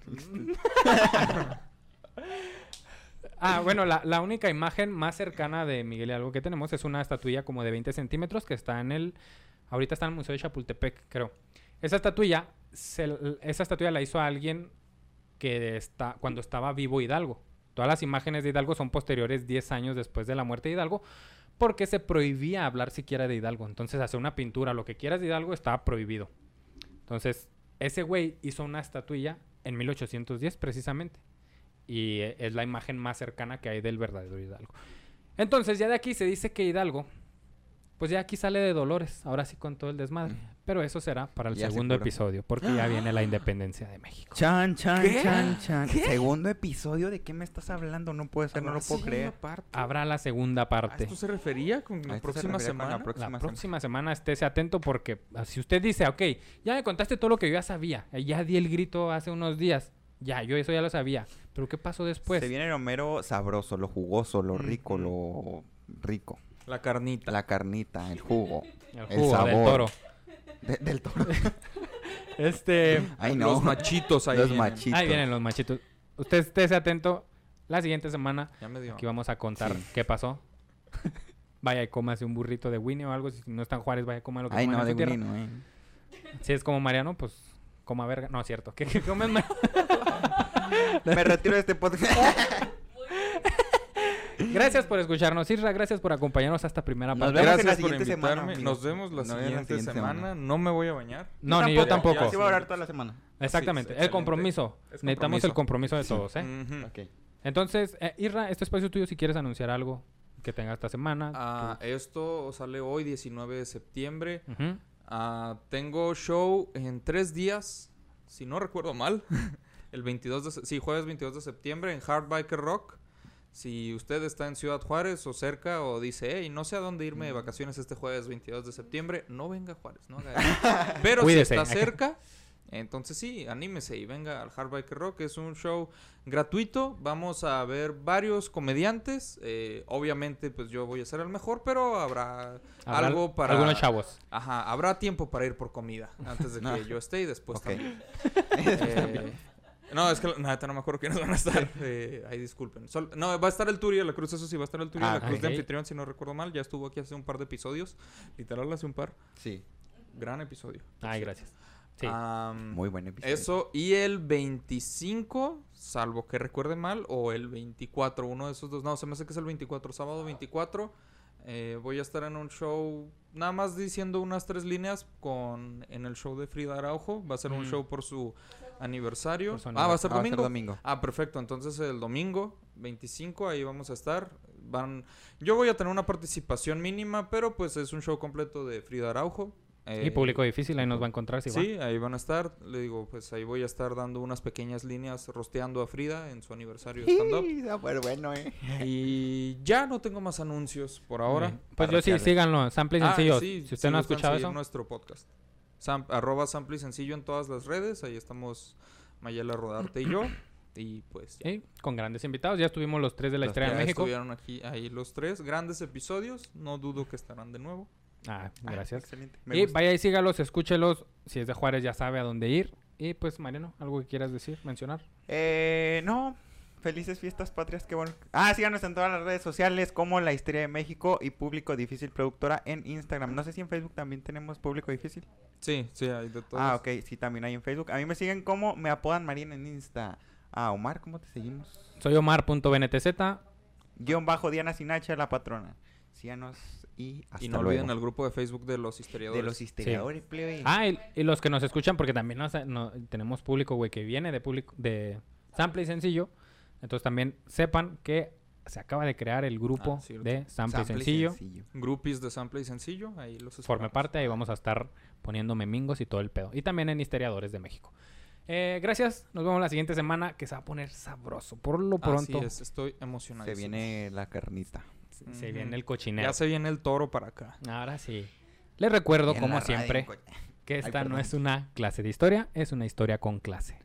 Speaker 1: Ah, bueno, la, la única imagen más cercana de Miguel Hidalgo que tenemos es una estatuilla como de 20 centímetros que está en el... Ahorita está en el Museo de Chapultepec, creo. Esa estatuilla, se- esa estatuilla la hizo alguien que está, cuando estaba vivo Hidalgo. Todas las imágenes de Hidalgo son posteriores 10 años después de la muerte de Hidalgo porque se prohibía hablar siquiera de Hidalgo. Entonces, hacer una pintura, lo que quieras de Hidalgo, estaba prohibido. Entonces, ese güey hizo una estatuilla en 1810 precisamente. Y eh, es la imagen más cercana que hay del verdadero Hidalgo. Entonces, ya de aquí se dice que Hidalgo, pues ya aquí sale de Dolores, ahora sí con todo el desmadre. Pero eso será para el
Speaker 2: Mm. Ya se
Speaker 1: segundo
Speaker 2: curó.
Speaker 1: episodio, porque ya viene la independencia de México.
Speaker 2: Chan, chan,
Speaker 4: ¿Qué?
Speaker 2: chan, chan. Segundo episodio, ¿de qué me estás hablando? No puede ser, no
Speaker 4: Ah,
Speaker 2: lo
Speaker 4: sí,
Speaker 2: puedo
Speaker 4: hay
Speaker 2: creer.
Speaker 4: una parte.
Speaker 1: Habrá la segunda
Speaker 4: ¿A
Speaker 1: parte.
Speaker 4: esto se refería con
Speaker 2: A
Speaker 4: la
Speaker 2: esto se refería
Speaker 4: próxima
Speaker 2: con
Speaker 4: semana?
Speaker 2: la próxima
Speaker 1: la
Speaker 2: semana.
Speaker 1: próxima semana estése atento porque ah, si usted dice, ok, ya me contaste todo lo que yo ya sabía, eh, ya di el grito hace unos días, ya, yo eso ya lo sabía, pero ¿qué pasó después?
Speaker 2: Se viene el Homero sabroso, lo jugoso, lo rico, lo rico.
Speaker 4: La carnita.
Speaker 2: La carnita, el jugo.
Speaker 1: el
Speaker 2: el
Speaker 1: jugo del
Speaker 2: sabor.
Speaker 1: toro.
Speaker 2: De- del toro.
Speaker 1: Este,
Speaker 2: Ay, no.
Speaker 4: Los machitos ahí.
Speaker 2: Los
Speaker 4: vienen.
Speaker 2: machitos.
Speaker 1: ahí vienen los machitos. Usted estése atento, la siguiente semana
Speaker 4: Ya me dio.
Speaker 1: aquí vamos a contar qué pasó. Vaya y cómase un burrito de Winnie o algo, si no está en Juárez, vaya a comer lo que
Speaker 2: Ay,
Speaker 1: coman
Speaker 2: no,
Speaker 1: en
Speaker 2: de
Speaker 1: su tierra.
Speaker 2: Winnie, no, eh.
Speaker 1: Si es como Mariano, pues coma verga. No, cierto, que, que comen Mar-
Speaker 2: Me retiro de este podcast.
Speaker 1: Gracias por escucharnos, Isra. Gracias por acompañarnos a esta primera
Speaker 2: Nos
Speaker 1: parte.
Speaker 2: vemos en la
Speaker 4: Gracias por
Speaker 2: siguiente semana,
Speaker 4: invitarme.
Speaker 2: amigo.
Speaker 4: Nos vemos la
Speaker 2: Nos vemos la
Speaker 4: siguiente,
Speaker 2: siguiente
Speaker 4: semana.
Speaker 2: semana.
Speaker 4: No me voy a bañar.
Speaker 1: No, ni yo tampoco.
Speaker 2: Yo voy a hablar toda la semana.
Speaker 1: Exactamente.
Speaker 4: Sí,
Speaker 1: el
Speaker 4: excelente.
Speaker 1: compromiso.
Speaker 4: Es Mm.
Speaker 1: Necesitamos el compromiso de todos, ¿eh?
Speaker 4: Ujú.
Speaker 2: Ok.
Speaker 1: Entonces, eh, Irra, este espacio es tuyo si quieres anunciar algo que tenga esta semana.
Speaker 4: Ah, esto sale hoy, 19 de septiembre.
Speaker 1: que- Ujú.
Speaker 4: Ah, tengo show en tres días, si no recuerdo mal. El 22 de... se- Sí, jueves 22 de septiembre en Hard Biker Rock. Si usted está en Ciudad Juárez o cerca o dice, hey, no sé a dónde irme de
Speaker 1: Mm.
Speaker 4: vacaciones este jueves 22 de septiembre, no venga a Juárez, no haga eso. Pero
Speaker 1: Cuídese.
Speaker 4: si está cerca, entonces sí, anímese y venga al Hard Biker Rock. Es un show gratuito. Vamos a ver varios comediantes. Eh, obviamente, pues yo voy a ser el mejor, pero habrá,
Speaker 1: Hablar-
Speaker 4: algo para...
Speaker 1: Algunos chavos.
Speaker 4: Ajá, habrá tiempo para ir por comida antes de que
Speaker 2: No.
Speaker 4: yo esté y después
Speaker 1: pues
Speaker 2: Ok.
Speaker 4: también. Eh, no, es que la- neta no me acuerdo quiénes van a estar. Eh, ahí disculpen. Sol- no, va a estar el Turi de la Cruz, eso sí, va a estar el Turi de
Speaker 2: Ah,
Speaker 4: la Cruz de
Speaker 1: ok.
Speaker 4: anfitrión, si no recuerdo mal. Ya estuvo aquí hace un par de episodios. Literal, hace un par.
Speaker 2: Sí.
Speaker 4: Gran episodio.
Speaker 1: Ay, gracias. Sí. Mm.
Speaker 4: Am,
Speaker 2: Muy buen episodio.
Speaker 4: eso, y el 25, salvo que recuerde mal, o el 24, uno de esos dos. No, se me hace que es el 24, sábado 24. eh, voy a estar en un show, nada más diciendo unas tres líneas con en el show de Frida Araujo. Va a ser un
Speaker 1: Mm.
Speaker 4: show por su aniversario.
Speaker 1: Por su
Speaker 4: ah, va a ser
Speaker 2: Ah, va a ser
Speaker 4: domingo.
Speaker 2: domingo.
Speaker 4: Ah, perfecto. Entonces el domingo 25 ahí vamos a estar. Van yo voy a tener una participación mínima, pero pues es un show completo de Frida Araujo.
Speaker 1: y
Speaker 4: Eh,
Speaker 1: público difícil, ahí nos va a encontrar si
Speaker 4: Sí, ahí van a estar. Le digo, pues ahí voy a estar dando unas pequeñas líneas rosteando a Frida en su aniversario de stand-up.
Speaker 2: Sí, está muy bueno, eh.
Speaker 4: y ya no tengo más anuncios por ahora.
Speaker 1: va. Pues yo sí,
Speaker 2: Arroquearle.
Speaker 1: síganlo. Sample y
Speaker 4: Ah,
Speaker 1: sencillo.
Speaker 4: sí,
Speaker 1: si usted
Speaker 4: sí
Speaker 1: no ha
Speaker 4: buscan
Speaker 1: escuchado
Speaker 4: seguir
Speaker 1: eso.
Speaker 4: nuestro podcast. Sam- arroba sample y sencillo en todas las redes. Ahí estamos Mayela Rodarte y yo. Y pues ya.
Speaker 1: Sí, con grandes invitados. Ya estuvimos los tres de la
Speaker 2: Los
Speaker 1: historia de
Speaker 4: Ya
Speaker 1: México.
Speaker 4: estuvieron aquí ahí los tres grandes episodios. No dudo que estarán de nuevo.
Speaker 1: Ah,
Speaker 2: Ah,
Speaker 1: gracias.
Speaker 2: Excelente. Me
Speaker 1: y
Speaker 2: gusta.
Speaker 1: vaya y sígalos, escúchelos. Si es de Juárez ya sabe a dónde ir. Y pues, Mariano, algo que quieras decir, mencionar.
Speaker 2: Eh, no. Felices fiestas patrias, qué bueno. Ah, síganos en todas las redes sociales como La Historia de México y Público Difícil Productora en Instagram. No sé si en Facebook también tenemos Público Difícil.
Speaker 4: Sí, sí, hay de todos.
Speaker 2: Ah, ok, sí, también hay en Facebook. A mí me siguen como me apodan Marín en Insta. Ah, Omar, ¿cómo te seguimos?
Speaker 1: Soy Omar.bntz.
Speaker 2: Guión bajo Diana Sinacha, la patrona. Síganos y hasta
Speaker 4: Y no
Speaker 2: luego.
Speaker 4: olviden al grupo de Facebook de los historiadores.
Speaker 2: De los historiadores, plebe.
Speaker 1: Ah, y, y los que nos escuchan, porque también nos- no- tenemos público, güey, que viene de público, de Sample y Sencillo. Entonces también sepan que se acaba de crear el grupo
Speaker 4: Ah, cierto.
Speaker 1: de Sample, y
Speaker 2: Sample y
Speaker 1: Sencillo.
Speaker 4: Groupies de sample y sencillo. Ahí los
Speaker 1: Forme
Speaker 4: esperamos.
Speaker 1: parte, ahí vamos a estar poniendo memingos y todo el pedo. Y también en Historiadores de México. Eh, gracias, nos vemos la siguiente semana que se va a poner sabroso. Por lo
Speaker 4: Así
Speaker 1: pronto,
Speaker 4: es, estoy emocionado.
Speaker 2: Se viene la carnita.
Speaker 1: se- se
Speaker 4: Ujú.
Speaker 1: viene el cochinero.
Speaker 4: Ya se viene el toro para acá.
Speaker 1: Ahora sí. Les recuerdo,
Speaker 2: En
Speaker 1: como
Speaker 2: la radio,
Speaker 1: siempre,
Speaker 2: co-
Speaker 1: que esta no
Speaker 2: perdón.
Speaker 1: es una clase de historia, es una historia con clase.